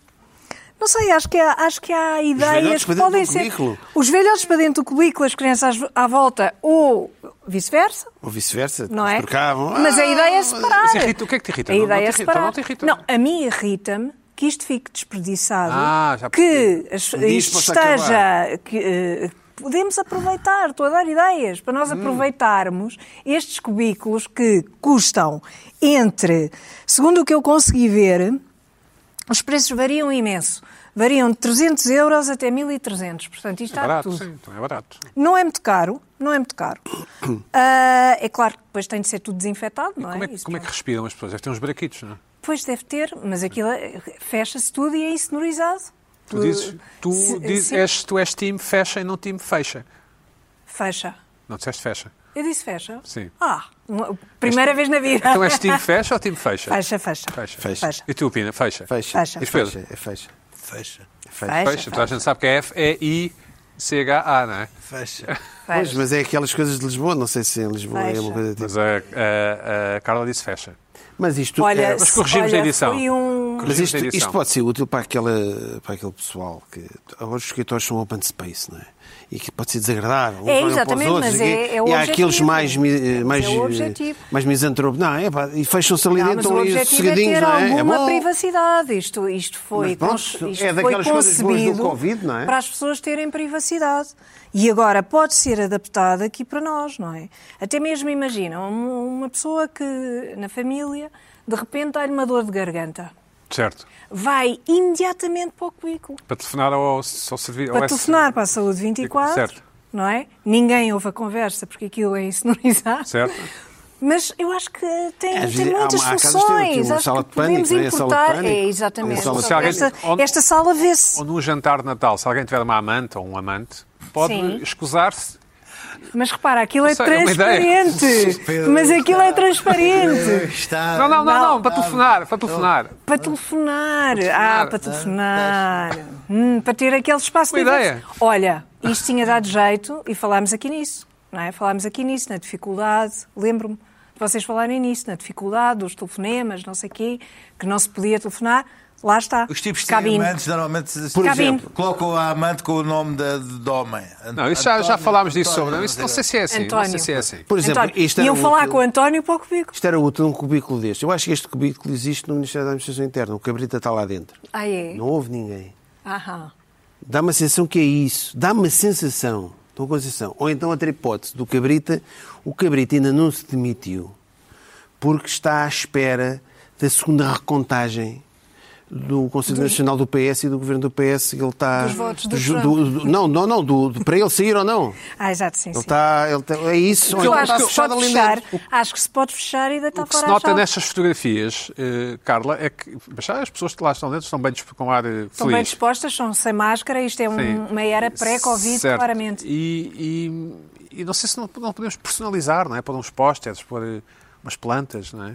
C: Não sei, acho que há, acho que há ideias
B: velhotes para
C: que
B: dentro
C: podem
B: do
C: ser.
B: cubículo.
C: Os velhotes para dentro do cubículo, as crianças à volta ou vice-versa,
B: Ou vice-versa,
C: não é?
B: trocavam.
C: Mas a
B: Ah,
C: ideia é separar.
A: Mas irrita- o que é que te irrita?
C: A
A: Não-
C: ideia
A: não te
C: é
A: irrita,
C: separar.
A: não te irrita.
C: Não, a mim irrita-me que isto fique desperdiçado,
A: Ah, já percebi.
C: que as-
B: Um dia isto
C: isto
B: possa acabar.
C: esteja. que, eh, podemos aproveitar, estou a dar ideias, para
A: Hum.
C: nós aproveitarmos estes cubículos que custam entre, segundo o que eu consegui ver, os preços variam imenso. Variam de 300 euros até 1.300. Portanto, isto
A: É
C: há de
A: barato,
C: Tá tudo.
A: sim, então é barato.
C: Não é muito caro, não é muito
A: [COUGHS]
C: caro. Ah, é claro que depois tem de ser tudo desinfetado, não
A: Como é,
C: é?
A: que-
C: Isso
A: como é que
C: pronto.
A: respiram as pessoas? Deve ter uns buraquitos, não é?
C: Pois deve ter, mas aquilo é- fecha-se tudo e é insonorizado. Ah,
A: Tu dizes, tu,
C: Uh, Se-
A: dizes
C: se-
A: és, tu és time fecha e não time fecha.
C: Fecha. [LAUGHS]
A: Não disseste fecha.
C: Eu disse fecha?
A: Sim.
C: Ah, uma- primeira vez na vida.
A: Então és time fecha ou time fecha?
C: [LAUGHS] Fecha, fecha.
A: Fecha.
B: Fecha.
C: Fecha.
A: E tu, Pina, fecha?
B: Fecha.
C: Fecha.
B: É fecha. É fecha.
D: Fecha.
B: É fecha.
C: Fecha.
A: Fecha. Toda a gente sabe que é F-E-I-C-H-A, não é?
D: Fecha.
B: Pois,
C: Fecha.
B: mas é aquelas coisas de Lisboa, não sei se em Lisboa é
C: Fecha.
B: uma coisa tipo.
A: Mas a, a- a Carla disse fecha.
B: Mas isto, é-
A: mas corrigimos
C: olha,
A: a edição.
C: Foi um...
B: mas isto,
A: corrigimos a edição.
B: isto pode ser útil para, aquela, para aquele pessoal que. Agora os escritórios são open space, não é? E que pode ser desagradável. uns
C: É,
B: olham para os
C: exatamente,
B: outros,
C: mas
B: e-
C: é- é o
B: E há
C: objetivo.
B: aqueles mais, mi-
C: Mas é
B: mais,
C: o objetivo.
B: mais misantropos. Não, é pá, e fecham-se ali
C: Não,
B: dentro,
C: mas o
B: estão ali
C: objetivo é
B: sossegadinhos,
C: ter
B: não é? É
C: alguma
B: bom.
C: privacidade. Isto, isto foi,
B: Mas pronto,
C: cons- isto
B: é
C: foi
B: daquelas coisas boas do
C: concebido
B: Covid, não é?
C: para as pessoas terem privacidade. E agora pode ser adaptado aqui para nós, não é? Até mesmo, imagina, um- uma pessoa que na família de repente dá-lhe uma dor de garganta.
A: Certo.
C: Vai imediatamente para o cubículo.
A: Para telefonar ao, ao serviço.
C: Para telefonar para a Saúde 24,
A: é assim. Certo.
C: não é? Ninguém ouve a conversa porque aquilo é insonorizado.
A: Certo.
C: Mas eu acho que tem,
B: Às
C: tem
B: vezes, há-
C: muitas
B: há casas que têm
C: soluções.
B: uma
C: acho
B: sala
C: que
B: de pânico,
C: podemos
B: não é? A sala de
C: importar.
B: pânico.
C: É, exatamente.
B: A sala de
C: Esta,
A: pânico. Onde-
C: esta sala vê-se,
A: Ou num jantar de Natal, se alguém tiver uma amante ou um amante, pode
C: Sim.
A: escusar-se.
C: mas repara, aquilo é
A: Não sei, é uma
B: [LAUGHS]
C: transparente. Mas aquilo é transparente.
D: Está.
A: Não, não, não, não,
B: Ah,
A: para telefonar, para telefonar.
C: Para telefonar.
A: telefonar.
C: Ah, para telefonar. Hum, para ter aquele espaço
A: Boa
C: de
A: ideia.
C: diversão. Olha, isto tinha dado jeito e falámos aqui nisso. Não é? Falámos aqui nisso, na dificuldade. Lembro-me de vocês falarem nisso, na dificuldade dos telefonemas, não sei o quê, que não se podia telefonar. Lá está.
D: Os tipos que têm
C: Cabine.
D: amantes normalmente
C: Por Cabine. exemplo.
D: colocam a amante com o nome de, de homem.
A: Não, isso já, já
D: António,
A: falámos disso
D: António,
A: sobre. Não, isso não sei se é assim. Não sei
C: António.
A: se é assim.
B: Por exemplo,
C: António,
B: isto era
C: iam
B: um
C: falar
B: útil-
C: com o António para o cubículo.
B: Isto era útil um cubículo deste. Eu acho que este cubículo existe no Ministério da Administração Interna. O Cabrita está lá dentro.
C: Ah, é?
B: Não houve ninguém.
C: Aham.
B: Dá-me a sensação que é isso. Dá-me a sensação. Estou com a sensação. Ou então outra hipótese do Cabrita. O Cabrita ainda não se demitiu porque está à espera da segunda recontagem do Conselho Nacional do PS e do Governo do PS. Ele está...
C: Dos votos do
B: ju-
C: Trump.
B: do- Não, não, não. do- do- para ele sair ou não.
C: Ah, exato, sim,
B: Ele
C: sim.
B: está... Ele está é isso. Ou
C: Eu
B: então
C: acho
B: está
C: que se
B: fechado
C: pode
B: ali
C: fechar.
B: dentro.
C: Acho que se pode fechar e deitar
A: O que se
C: fora a
B: é
A: nota
C: chave.
A: nestas fotografias, eh, Carla, é que mas já as pessoas que lá estão dentro estão bem disp- com ar eh,
C: Estão bem
A: feliz.
C: dispostas, são sem máscara. Isto é um-
A: Sim.
C: uma era pré-Covid,
A: Certo.
C: claramente.
A: E, e- e não sei se não, não podemos personalizar, não é? Pôr uns pósteres, pôr eh, umas plantas, não é?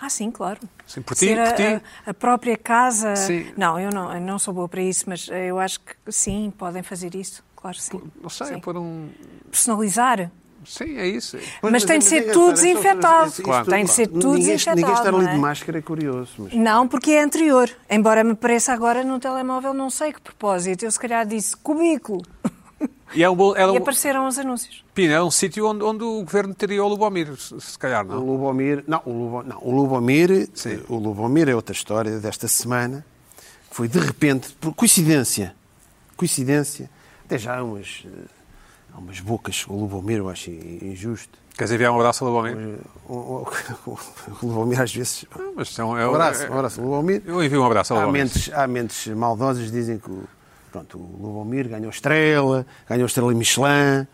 C: Ah, sim, claro.
A: Sim, por ti,
C: Ser a,
A: por ti.
C: a- a própria casa.
A: Sim.
C: Não, eu não, eu não sou boa para isso, mas eh, eu acho que sim, podem fazer isso. Claro, sim.
A: Não sei,
C: Sim.
A: pôr um.
C: Personalizar.
A: Sim, é isso.
B: Pois,
C: Mas tem de ser
B: é
C: tudo
B: engraçado, é só-
C: desinfetado.
B: isso- isso
A: Claro.
B: tudo,
C: Tem de ser tudo
B: ninguém,
C: desinfetado,
B: Ninguém estar ali
C: não é?
B: de máscara é curioso. Mas...
C: Não, porque é anterior. Embora me pareça agora no telemóvel, não sei que propósito. Eu se calhar disse cubículo
A: E é um, bom- era
B: Então,
C: e
A: um,
C: apareceram os anúncios.
A: Pina, é um sítio onde, onde o governo teria o Lubomir, se se calhar,
B: O
A: não?
B: Lubomir, não, o Lubo- não, o Lubomir, o Lubomir é outra história desta semana. Foi de repente, por coincidência, coincidência, até já há umas, eh, há umas bocas, o Lubomir eu acho injusto.
A: Queres enviar um abraço ao Lubomir?
B: Eh, O, o- o Lubomir às vezes.
A: Não, Mas são, é,
B: Um abraço,
A: é-
B: um abraço, Lubomir.
A: Eu envio um abraço ao
B: Há
A: Lubomir.
B: mentes, há mentes maldosas que dizem que o, pronto, o Lubomir ganhou estrela, ganhou estrela Michelin,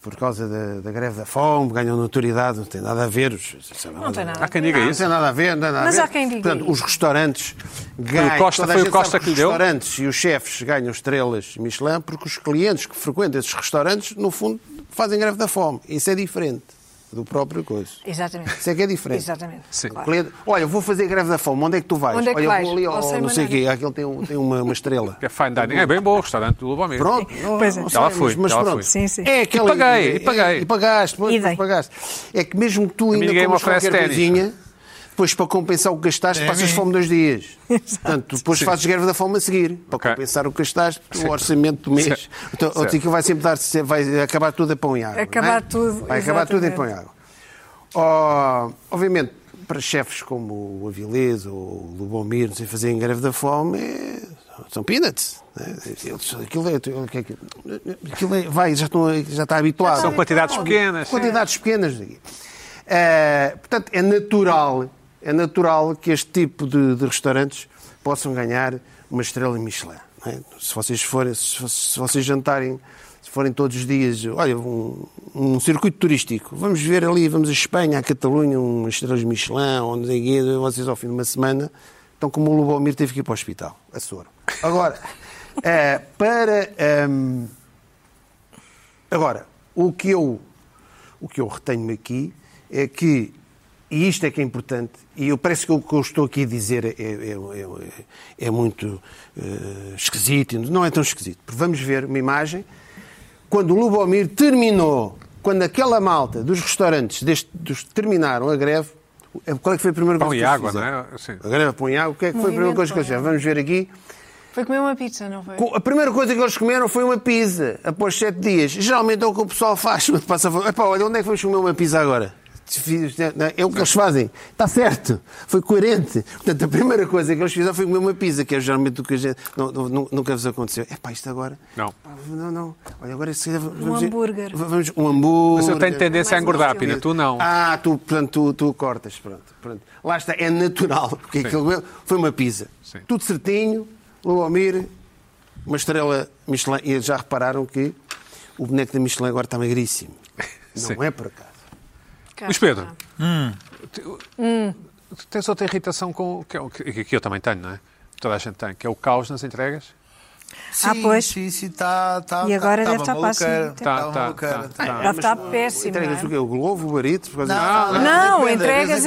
B: por causa da, da greve da fome, ganhou notoriedade, não tem nada a ver. os- isso é
C: Não tem nada.
A: Há quem diga
B: não,
A: isso.
B: tem nada a ver, não tem nada
C: Mas
B: a ver.
C: há quem diga
B: Portanto,
C: isso.
B: os restaurantes ganham.
A: Costa,
B: toda a
A: foi o
B: gente
A: Costa
B: sabe
A: que lhe
B: os
A: deu?
B: restaurantes e os chefes ganham estrelas Michelin porque os clientes que frequentam esses restaurantes, no fundo, fazem greve da fome. Isso é diferente do próprio coisa.
C: Exatamente.
B: Isso é que é diferente.
C: Exatamente.
A: Sim.
B: O
C: Claro.
B: cliente, Olha, eu vou fazer greve da fome. Onde é que tu vais?
C: Onde é que
B: Olha, eu
C: vais?
B: vou ali
C: Ao
B: ao
C: Sem
B: não sei o quê.
C: Maneira.
B: Aquele tem, um- tem uma, uma estrela.
A: Que é fine dining. É bem bom o restaurante do Lubomir.
B: Pronto, não-
C: Pois é.
B: não
A: Já lá
B: sei,
A: fui,
B: Mas, mas
A: já lá
B: pronto,
A: fui.
C: Sim, sim.
B: é aquela
A: E paguei,
B: é-
A: e paguei.
B: E pagaste, pois,
C: E
B: depois
C: dei.
B: pagaste. É que mesmo que tu ainda
A: ninguém me
B: comas
A: oferece
B: qualquer
A: ténis.
B: coisinha, depois para compensar o que gastaste,
D: É a
B: passas
D: mim.
B: fome dois
C: [LAUGHS]
B: dias. Portanto, depois
A: Sim.
B: fazes greve da fome a seguir, para
A: Ok.
B: compensar o que gastaste,
A: Sim.
B: o orçamento do mês.
A: Certo.
B: Então,
A: Certo.
B: aquilo vai sempre dar, vai acabar tudo a pão e água. não é?
C: Acabar tudo,
B: Vai acabar tudo em
C: exatamente.
B: pão e água. Oh, obviamente, para chefes como o Avilés ou o Lubomir, não sei, fazerem greve da fome, é- são peanuts. né? Eles- Aquilo, é, aquilo, é- aquilo é- vai, já, estão, já está habituado.
A: São quantidades pequenas, sim.
B: Quantidades pequenas. Eh, portanto, é natural, é natural que este tipo de, de restaurantes possam ganhar uma estrela Michelin. não é? Se vocês forem, se, se vocês jantarem, se forem todos os dias, olha, um, um circuito turístico, vamos ver ali, vamos a Espanha, a Catalunha, umas estrelas Michelin, onde sei o quê, vocês ao fim de uma semana estão como o Lubomir teve que ir para o hospital, a soro. Agora, eh, para... ehm, Agora, o que eu O que eu retenho-me aqui é que, e isto é que é importante, e eu parece que o que eu estou aqui a dizer é, é- é- é muito eh, esquisito, não é tão esquisito, porque vamos ver uma imagem quando o Lubomir terminou, quando aquela malta dos restaurantes deste- dos que terminaram a greve, qual é que foi a primeira
A: Pão
B: coisa
A: e
B: que eles
A: água,
B: fizeram?
A: não é? Sim.
B: A greve põe água, o que é que foi a primeira
C: Movimento
B: coisa que
C: põe
B: eles fizeram? Vamos ver aqui.
C: Foi comer uma pizza, não foi?
B: Co- A primeira coisa que eles comeram foi uma pizza, após sete dias. Geralmente é o que o pessoal faz quando passa fome. Epá, olha, onde é que vamos comer uma pizza agora? Fiz- né, É o que eles fazem. Está certo. Foi coerente. Portanto, a primeira coisa que eles fizeram foi comer uma pizza, que é geralmente o que a gente... não- não- nunca vos aconteceu. Epá, isto agora...
A: Não.
B: Pá, Ah, Não, não. Olha, agora se calhar vamos...
C: hambúrguer.
B: Vamos, um hambúrguer.
A: Mas eu tenho tendência a
C: Mais um
A: engordar,
C: filme.
A: Pina. Tu não.
B: Ah, tu, portanto, tu, tu cortas, pronto, pronto. Lá está, é natural, porque
A: Sim.
B: aquilo foi uma pizza.
A: Sim.
B: Tudo certinho, Lubomir, uma estrela Michelin. E já repararam que o boneco da Michelin agora está magríssimo.
A: [LAUGHS] Sim.
B: Não é por acaso.
C: Cá
A: Luís Pedro,
C: está.
A: tu, tu tens outra irritação com, que, é o que, que eu também tenho, não é? Toda a gente tem, que é o caos nas entregas.
C: Ah, pois.
D: Sim, sim, tá, tá,
C: E agora
D: tá,
C: deve
D: tá
C: estar
D: uma
C: passa
D: maluqueira,
C: muito
A: tempo.
D: tá uma
A: Tá, tá,
D: maluqueira,
A: tá,
D: tá.
A: tá.
B: Ah,
C: Deve estar
B: eh,
C: péssimo. não
B: Entregas
C: é?
B: o quê? O Globo, o Barito? por causa disso?
D: Não,
C: Não, entregas,
D: entregas,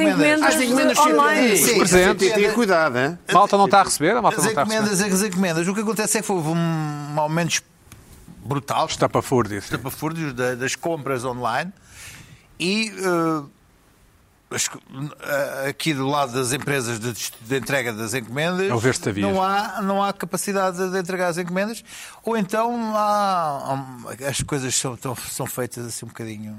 C: encomendas,
D: encomendas.
B: As encomendas
C: online.
B: Sim,
A: presentes.
B: Tenha cuidado, hein?
A: Malta não está a receber? A malta
D: As
A: não está a receber?
D: encomendas, as encomendas. O que acontece é que houve um aumento brutal,
A: Está para fúrdia. sim.
D: estapafúrdios da- das compras online e eh, as co- eh, aqui do lado das empresas de, dist- de entrega das encomendas
A: É o Verstavias.
D: não há não há capacidade de, de entregar as encomendas ou então há, há- as coisas são tão- são feitas assim um bocadinho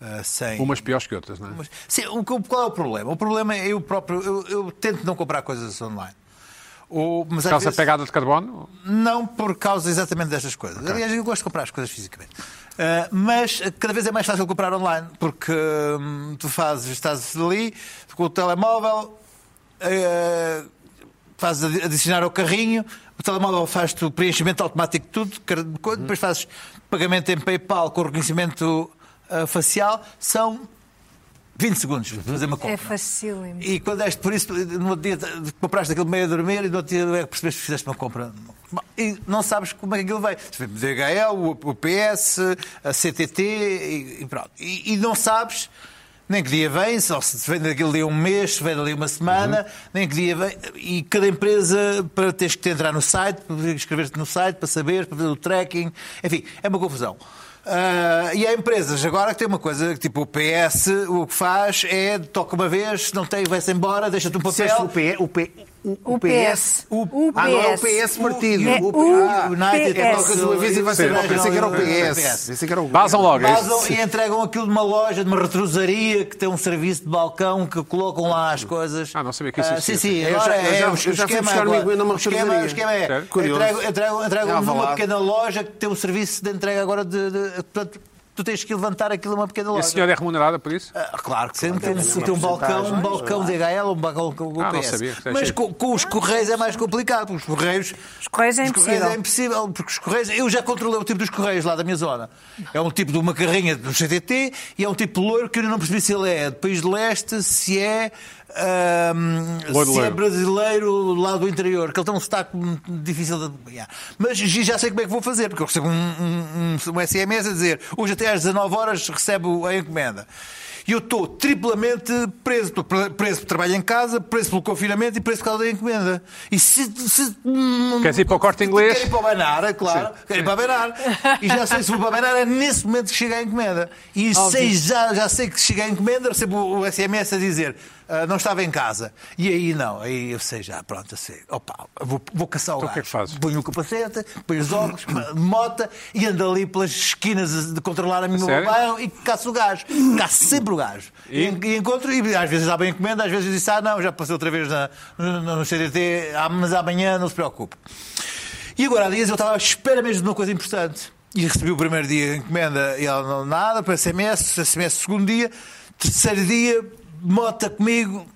D: eh, sem
A: Umas piores que outras, não é?
D: mas, sim, o que- qual é o problema? O problema é eu próprio. Eu, eu tento não comprar coisas online. Ou, mas
A: Por
D: às
A: causa da
D: vezes,
A: pegada de carbono?
D: não por causa exatamente destas coisas. Aliás, eu gosto de comprar as coisas fisicamente. Ah, mas ah, cada vez é mais fácil comprar online, porque hum, tu fazes, estás ali com o telemóvel, ah, fazes adi- adicionar ao carrinho, o telemóvel faz-te o preenchimento automático de tudo, car- de coisa, depois fazes pagamento em PayPal com reconhecimento ah, facial, são 20 segundos de fazer uma compra.
C: É facílimo.
D: E quando és por isso, no outro dia compraste aquele meio a dormir e no outro dia é que percebeste que fizeste uma compra. E não sabes como é que aquilo veio. Se veio DHL, o o PS, a CTT e, e pronto. E, e não sabes nem que dia vem, se- ou se te vem daquele dia um mês, se vem dali uma semana, nem que dia vem. E cada empresa, para teres que te entrar no site, para inscrever-te no site, para saber, para fazer o tracking. Enfim, é uma confusão. Ah, e há empresas agora que tem uma coisa, tipo o PS, o que faz é toca uma vez, se não tem, vai-se embora, deixa-te um papel.
B: Disseste o P- o P- o- o PS.
C: O
B: Ah, não é o PS
C: PS.
B: partido.
C: É
B: P-
D: um
C: o
B: Ah,
D: United
C: PS.
D: toca
B: de uma vez e vai ser.
D: Sim.
B: Pensei que era o
D: PS.
B: PS. Pensei que era o
A: Vazam logo, é isso?
D: Vazam e entregam aquilo de uma loja, de uma retrosaria que tem um serviço de balcão que colocam lá as coisas.
A: Ah, não sabia que isso
D: Ah,
A: existia.
D: Sim, sim,
B: Eu
D: agora
B: já- eu
D: é,
B: já-
D: o
B: eu já fui
D: esquema
B: buscar uma
D: agora.
B: encomenda numa
D: O esquema-
B: retrosaria.
D: O esquema é,
A: Sério?
B: Curioso.
D: entregam, entregam, entregam
B: É
D: numa
B: Alvalade.
D: pequena loja que tem um serviço de entrega agora de... de- portanto, tu tens que levantar aquilo numa pequena
A: E a
D: loja.
A: senhora é remunerada por isso?
D: Ah, Claro que sim, tem, tem, um balcão, um balcão de HL, um balcão com o
A: Ah, não
D: PS.
A: sabia que tem
D: Mas
A: jeito.
D: com, com os Correios é mais complicado, porque os Correios.
C: Os Correios é
D: os
C: impossível.
D: é impossível, porque os Correios. Eu já controlei o tipo dos Correios lá da minha zona. É um tipo de uma carrinha do CTT e é um tipo loiro que eu não percebi se ele é do país de leste, se é. ahm,
A: Loiro,
D: se é
A: loiro.
D: brasileiro lá do interior, que ele tem um sotaque hum, difícil de acompanhar. Mas já sei como é que vou fazer, porque eu recebo um, um- um- um SMS a dizer hoje até às 19 horas recebo a encomenda. E eu estou triplamente preso. Estou pre- preso por trabalho em casa, preso pelo confinamento e preso por causa da encomenda. E se. se hum,
A: Queres ir para o corte inglês?
D: Quero ir para o Banara, claro. Quero ir para o Banara. E já sei se vou para o Banara é nesse momento que chega a encomenda. E sei, já, já sei que chega a encomenda, recebo o SMS a dizer ah, não estava em casa. E aí não, aí eu sei já, pronto, eu sei. Opa, vou, vou caçar o
A: Então o que é
D: gajo.
A: que fazes?
D: Ponho o capacete, ponho
A: [COUGHS]
D: os óculos, de mota e ando ali pelas esquinas de controlar a minha
A: Sério?
D: mobile e caço o gajo. Caço sempre o gajo.
A: E?
D: E, e encontro, e às vezes dá bem encomenda, às vezes disse, ah não, já passei outra vez na, no, no CDT, ah, mas amanhã não se preocupe. E agora há dias eu estava à espera mesmo de uma coisa importante. E recebi o primeiro dia a encomenda e ela não nada, para SMS, SMS segundo dia, terceiro dia, mota comigo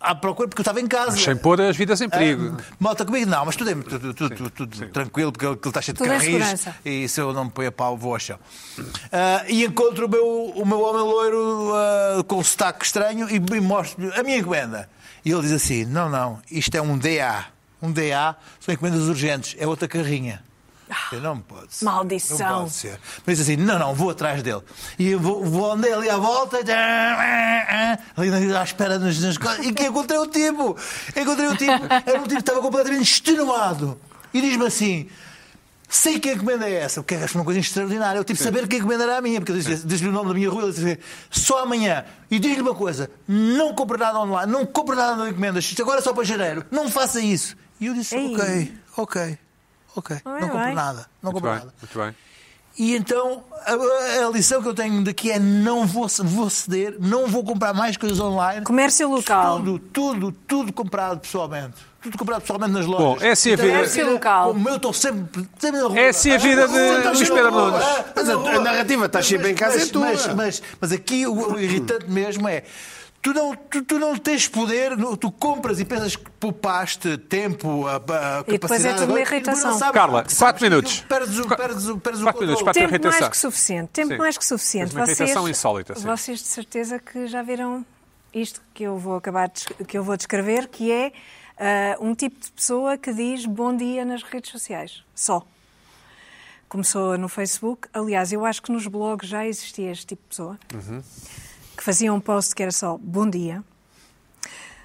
D: à procura, porque eu estava em casa.
A: Sem pôr as vidas em perigo.
D: Ah, malta comigo não, mas tudo, é- tudo, tudo, tudo, tudo tranquilo, porque ele ele está cheio de
C: Tudo em
D: carris
C: segurança.
D: e se eu não me ponho a pau, vou ao chão. Ah, e encontro o meu, o meu homem loiro ah, com um sotaque estranho e me mostro a minha encomenda. E ele diz assim: não, não, isto é um DA. Um DA são encomendas urgentes, é outra carrinha. Eu, Não pode ser.
C: Ah, Maldição.
D: Não pode ser. Mas assim, não, não, vou atrás dele. E eu vou, vou onde é ali à volta, ali à espera nas, nas coisas. E que encontrei o tipo. Encontrei o tipo. Era um tipo que estava completamente extenuado. E diz-me assim. Sei que encomenda é essa, porque acho uma coisa extraordinária. Eu tive de saber que encomenda era a minha, porque eu disse- disse-lhe o nome da minha rua, ele disse só amanhã. E diz-lhe uma coisa: não compre nada online, não compre nada de encomendas, isto agora é só para janeiro, não faça isso. E eu disse:
C: Ei.
D: ok, ok, ok,
C: Oi,
D: não compro
C: oi.
D: nada, não
A: Muito
D: compro
A: bem,
D: nada.
A: muito bem.
D: E então a, a lição que eu tenho daqui é: não vou, vou ceder, não vou comprar mais coisas online.
C: Comércio local.
D: Tudo, tudo, tudo comprado pessoalmente. Tudo comprado pessoalmente nas lojas. Então,
A: Bom, essa é a vida-
C: Comércio local.
D: Como eu estou sempre, sempre na rua.
A: Essa é a vida de
D: Eu estou
A: Luís
D: sempre
A: Pedro
D: na rua.
A: Nunes.
D: Ah,
B: Mas a-
D: na rua.
B: a narrativa está
D: Mas-
B: sempre em casa,
D: mas-
B: é tua.
D: Mas, mas, mas aqui o, o irritante mesmo é. Tu não, tu, tu não tens poder, não- tu compras e pensas que poupaste tempo, a, a capacidade.
C: E depois é tudo uma
D: agora, e depois não
C: irritação.
D: sabes-
A: Carla,
D: sabes
A: quatro
D: que aquilo
A: minutos.
D: Perdes o,
A: Qua-
D: perdes o, perdes o
A: quatro minutos,
D: controle.
A: quatro
C: Tempo mais
A: irritação.
C: que suficiente. Tempo
A: Sim.
C: mais que suficiente.
A: Mas uma irritação
C: Vocês-
A: insólita, sim.
C: Vocês de certeza que já viram isto que eu vou acabar de, desc- que eu vou descrever, que é ah, um tipo de pessoa que diz bom dia nas redes sociais. Só. Começou no Facebook. Aliás, eu acho que nos blogs já existia este tipo de pessoa.
A: Uhum.
C: Que fazia um post que era só bom dia.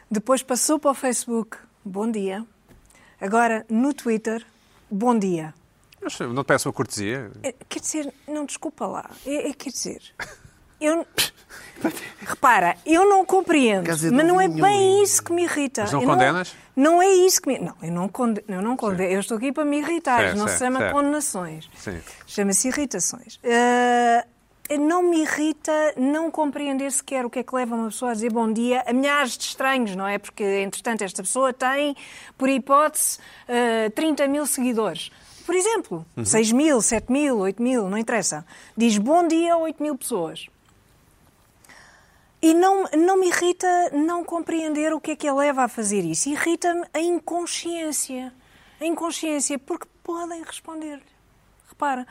C: Depois passou para o Facebook, bom dia. Agora no Twitter, bom dia.
A: Mas não te peço uma cortesia.
C: É, Quer dizer, não, desculpa lá. É, é, quer dizer,
B: [LAUGHS]
C: eu. Repara, eu não compreendo,
B: Quer dizer,
C: mas não é
B: nenhum.
C: bem isso que me irrita.
A: Mas não
C: Eu
A: condenas?
C: Não, é isso que me. Não, eu não, conde, eu não condeno. Eu estou aqui para me irritar.
A: Certo,
C: não se
A: certo,
C: chama
A: certo.
C: condenações.
A: Sim.
C: Chama-se irritações. Ah, não me irrita não compreender sequer o que é que leva uma pessoa a dizer bom dia a milhares de estranhos, não é? Porque, entretanto, esta pessoa tem, por hipótese, ah, 30 mil seguidores. Por exemplo, 6 mil, 7 mil, 8 mil, não interessa. Diz bom dia a 8 mil pessoas. E não, não me irrita não compreender o que é que a leva a fazer isso. Irrita-me a inconsciência. A inconsciência, porque podem responder-lhe. Repara,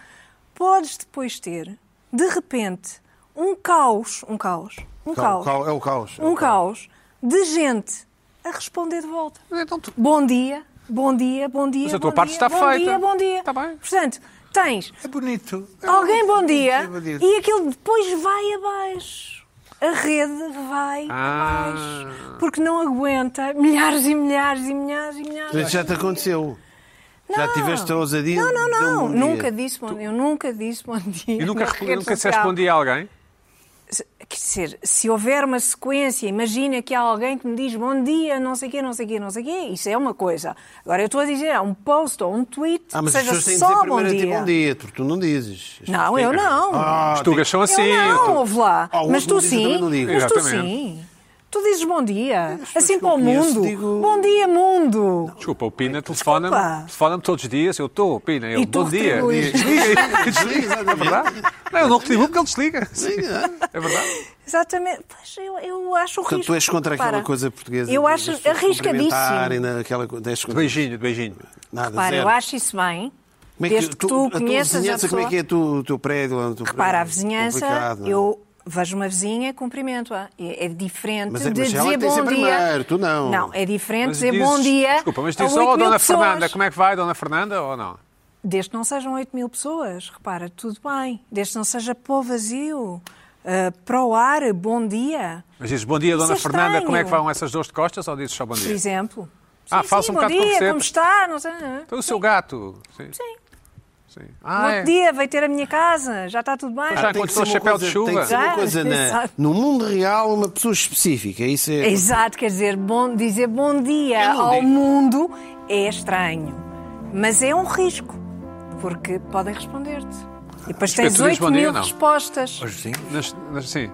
C: podes depois ter, de repente, um caos, um caos, um
B: Cau-
C: caos,
B: cau- É o caos. é o
C: um caos de gente a responder de volta.
A: Então, tu-
C: Bom dia, bom dia, bom dia,
A: Mas a
C: bom
A: tua parte
C: dia,
A: está
C: bom
A: feita.
C: dia, bom dia.
A: Está bem.
C: Portanto, tens
D: É bonito.
B: Tá
D: É
C: alguém bom dia
D: bom dia.
C: e aquilo depois vai abaixo. A rede vai
A: Ah.
C: abaixo. Porque não aguenta milhares e milhares e milhares e milhares.
B: Mas já te aconteceu.
C: Não.
B: Já tiveste a ousadia
C: Não, não,
B: de dar um
C: não.
B: bom dia.
C: nunca disse bom dia. Eu nunca disse bom dia.
A: E nunca,
C: na
A: re-
C: rede
A: nunca disseste
C: social.
A: bom dia a alguém?
C: Se- Quer dizer, se houver uma sequência, imagina que há alguém que me diz bom dia, não sei o quê, não sei o quê, não sei o quê, isso é uma coisa. Agora eu estou a dizer, há um post ou um tweet,
B: Ah, mas as
C: seja
B: pessoas têm de dizer
C: só bom
B: primeiro a ti
C: dia.
B: bom dia, tu, tu não dizes. As [LAUGHS]
C: Não, eu não.
B: Ah,
A: Os tugas são
C: eu
A: assim.
C: não,
A: tu-
C: ouve lá.
B: Alguns
C: mas
B: Ah, não
C: tu
B: dizem,
C: sim,
B: também não digo.
C: mas tu
A: Exatamente.
C: sim. Tu dizes bom dia,
B: pessoas
C: assim
B: que
C: para
B: eu
C: o
B: conheço,
C: mundo.
B: digo-
C: Bom dia, mundo.
A: Desculpa, o Pina telefona-me
C: Desculpa.
A: telefona todos os dias. Eu estou, Pina. Ele,
C: E tu
A: bom dia.
C: retribuis.
A: Desliga. Desliga. É verdade? Não, eu não retribuo porque ele desliga.
B: Sim,
A: É verdade?
C: Exatamente. Pois, eu, eu acho o
B: Portanto,
C: risco.
B: tu és contra aquela
C: Repara,
B: coisa portuguesa.
C: Eu
B: das
C: acho
B: pessoas cumprimentarem, né,
C: arriscadíssimo.
B: Naquela, coisa- és contra-
A: Beijinho, beijinho.
B: nada,
C: Repara,
B: zero.
C: eu acho isso bem.
B: Como é
C: desde que tu,
B: a tua
C: conheças a
B: vizinhança,
C: pessoa.
B: Como é que é tu- o teu prédio? lá no teu
C: Repara, a
B: prédio?
C: vizinhança,
B: Complicado, não é?
C: eu vejo uma vizinha, cumprimento-a. É, é diferente
B: Mas-
C: de
B: mas
C: dizer
B: ela tem que
C: bom
B: ser
C: dia.
B: primeiro, tu não.
C: Não, é diferente
A: Mas
C: dizer
A: dizes-
C: bom dia.
A: Desculpa, mas
C: a
A: diz,
C: 8
A: oh,
C: mil
A: Dona
C: pessoas.
A: Fernanda, como é que vai, Dona Fernanda, ou não?
C: Desde que não sejam 8 mil pessoas, repara, tudo bem. Desde que não seja pó vazio, ah, para o ar, bom dia,
A: Mas dizes, bom dia,
C: Isso
A: Dona
C: é
A: Fernanda, como é que
C: estranho.
A: vão essas dores de costas, ou dizes só bom
C: por
A: dia?
C: exemplo.
A: Ah,
C: sim,
A: faça
C: sim,
A: um
C: bom
A: bocado como
C: dia,
A: sempre.
C: como está? Não sei. ah,
A: Então o seu gato. Sim.
C: Sim.
A: sim.
C: Um
A: Ah,
C: outro
A: é.
C: dia, veio ter a minha casa, já está tudo bem.
A: Já
B: Tem que
A: aconteceu
B: ser
A: o
B: uma
A: chapéu
B: coisa-
A: de chuva.
B: Tem que ser uma
C: Já,
B: coisa na-
C: é [LAUGHS] exato.
B: no mundo real, uma pessoa específica. Isso é.
C: Exato, quer dizer, bom, dizer bom dia
A: um
B: Eu não
C: ao
B: digo.
C: mundo é estranho, mas é um risco, porque podem responder-te. E depois
A: Espera,
C: tens
A: tu dizes
C: 8
A: bom dia
C: mil
A: ou não?
C: respostas.
D: Hoje sim.
A: Nas- nas- sim.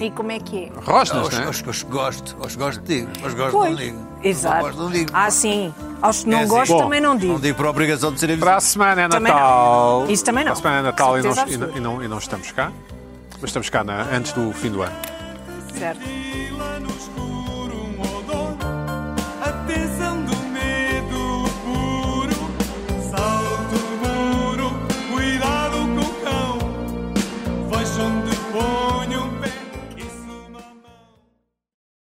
C: E como é que é?
A: Rosnas,
D: Hoje,
A: não é?
D: hoje, hoje gosto, hoje gosto, digo. Hoje gosto, não digo.
C: exato.
D: Não gosto, não digo.
C: Ah, sim. Aos que não
D: É assim.
C: gosto
D: Bom,
C: também não digo.
D: Não digo por obrigação de ser
A: Para a semana é
C: Também não.
A: Natal.
C: Isso também não.
A: Para a semana é Natal e não,
C: Certeza
A: e, não, e, não, e não estamos cá. Mas estamos cá na- antes do fim do ano.
C: Certo.
F: Lá no escuro um odor, a tensão do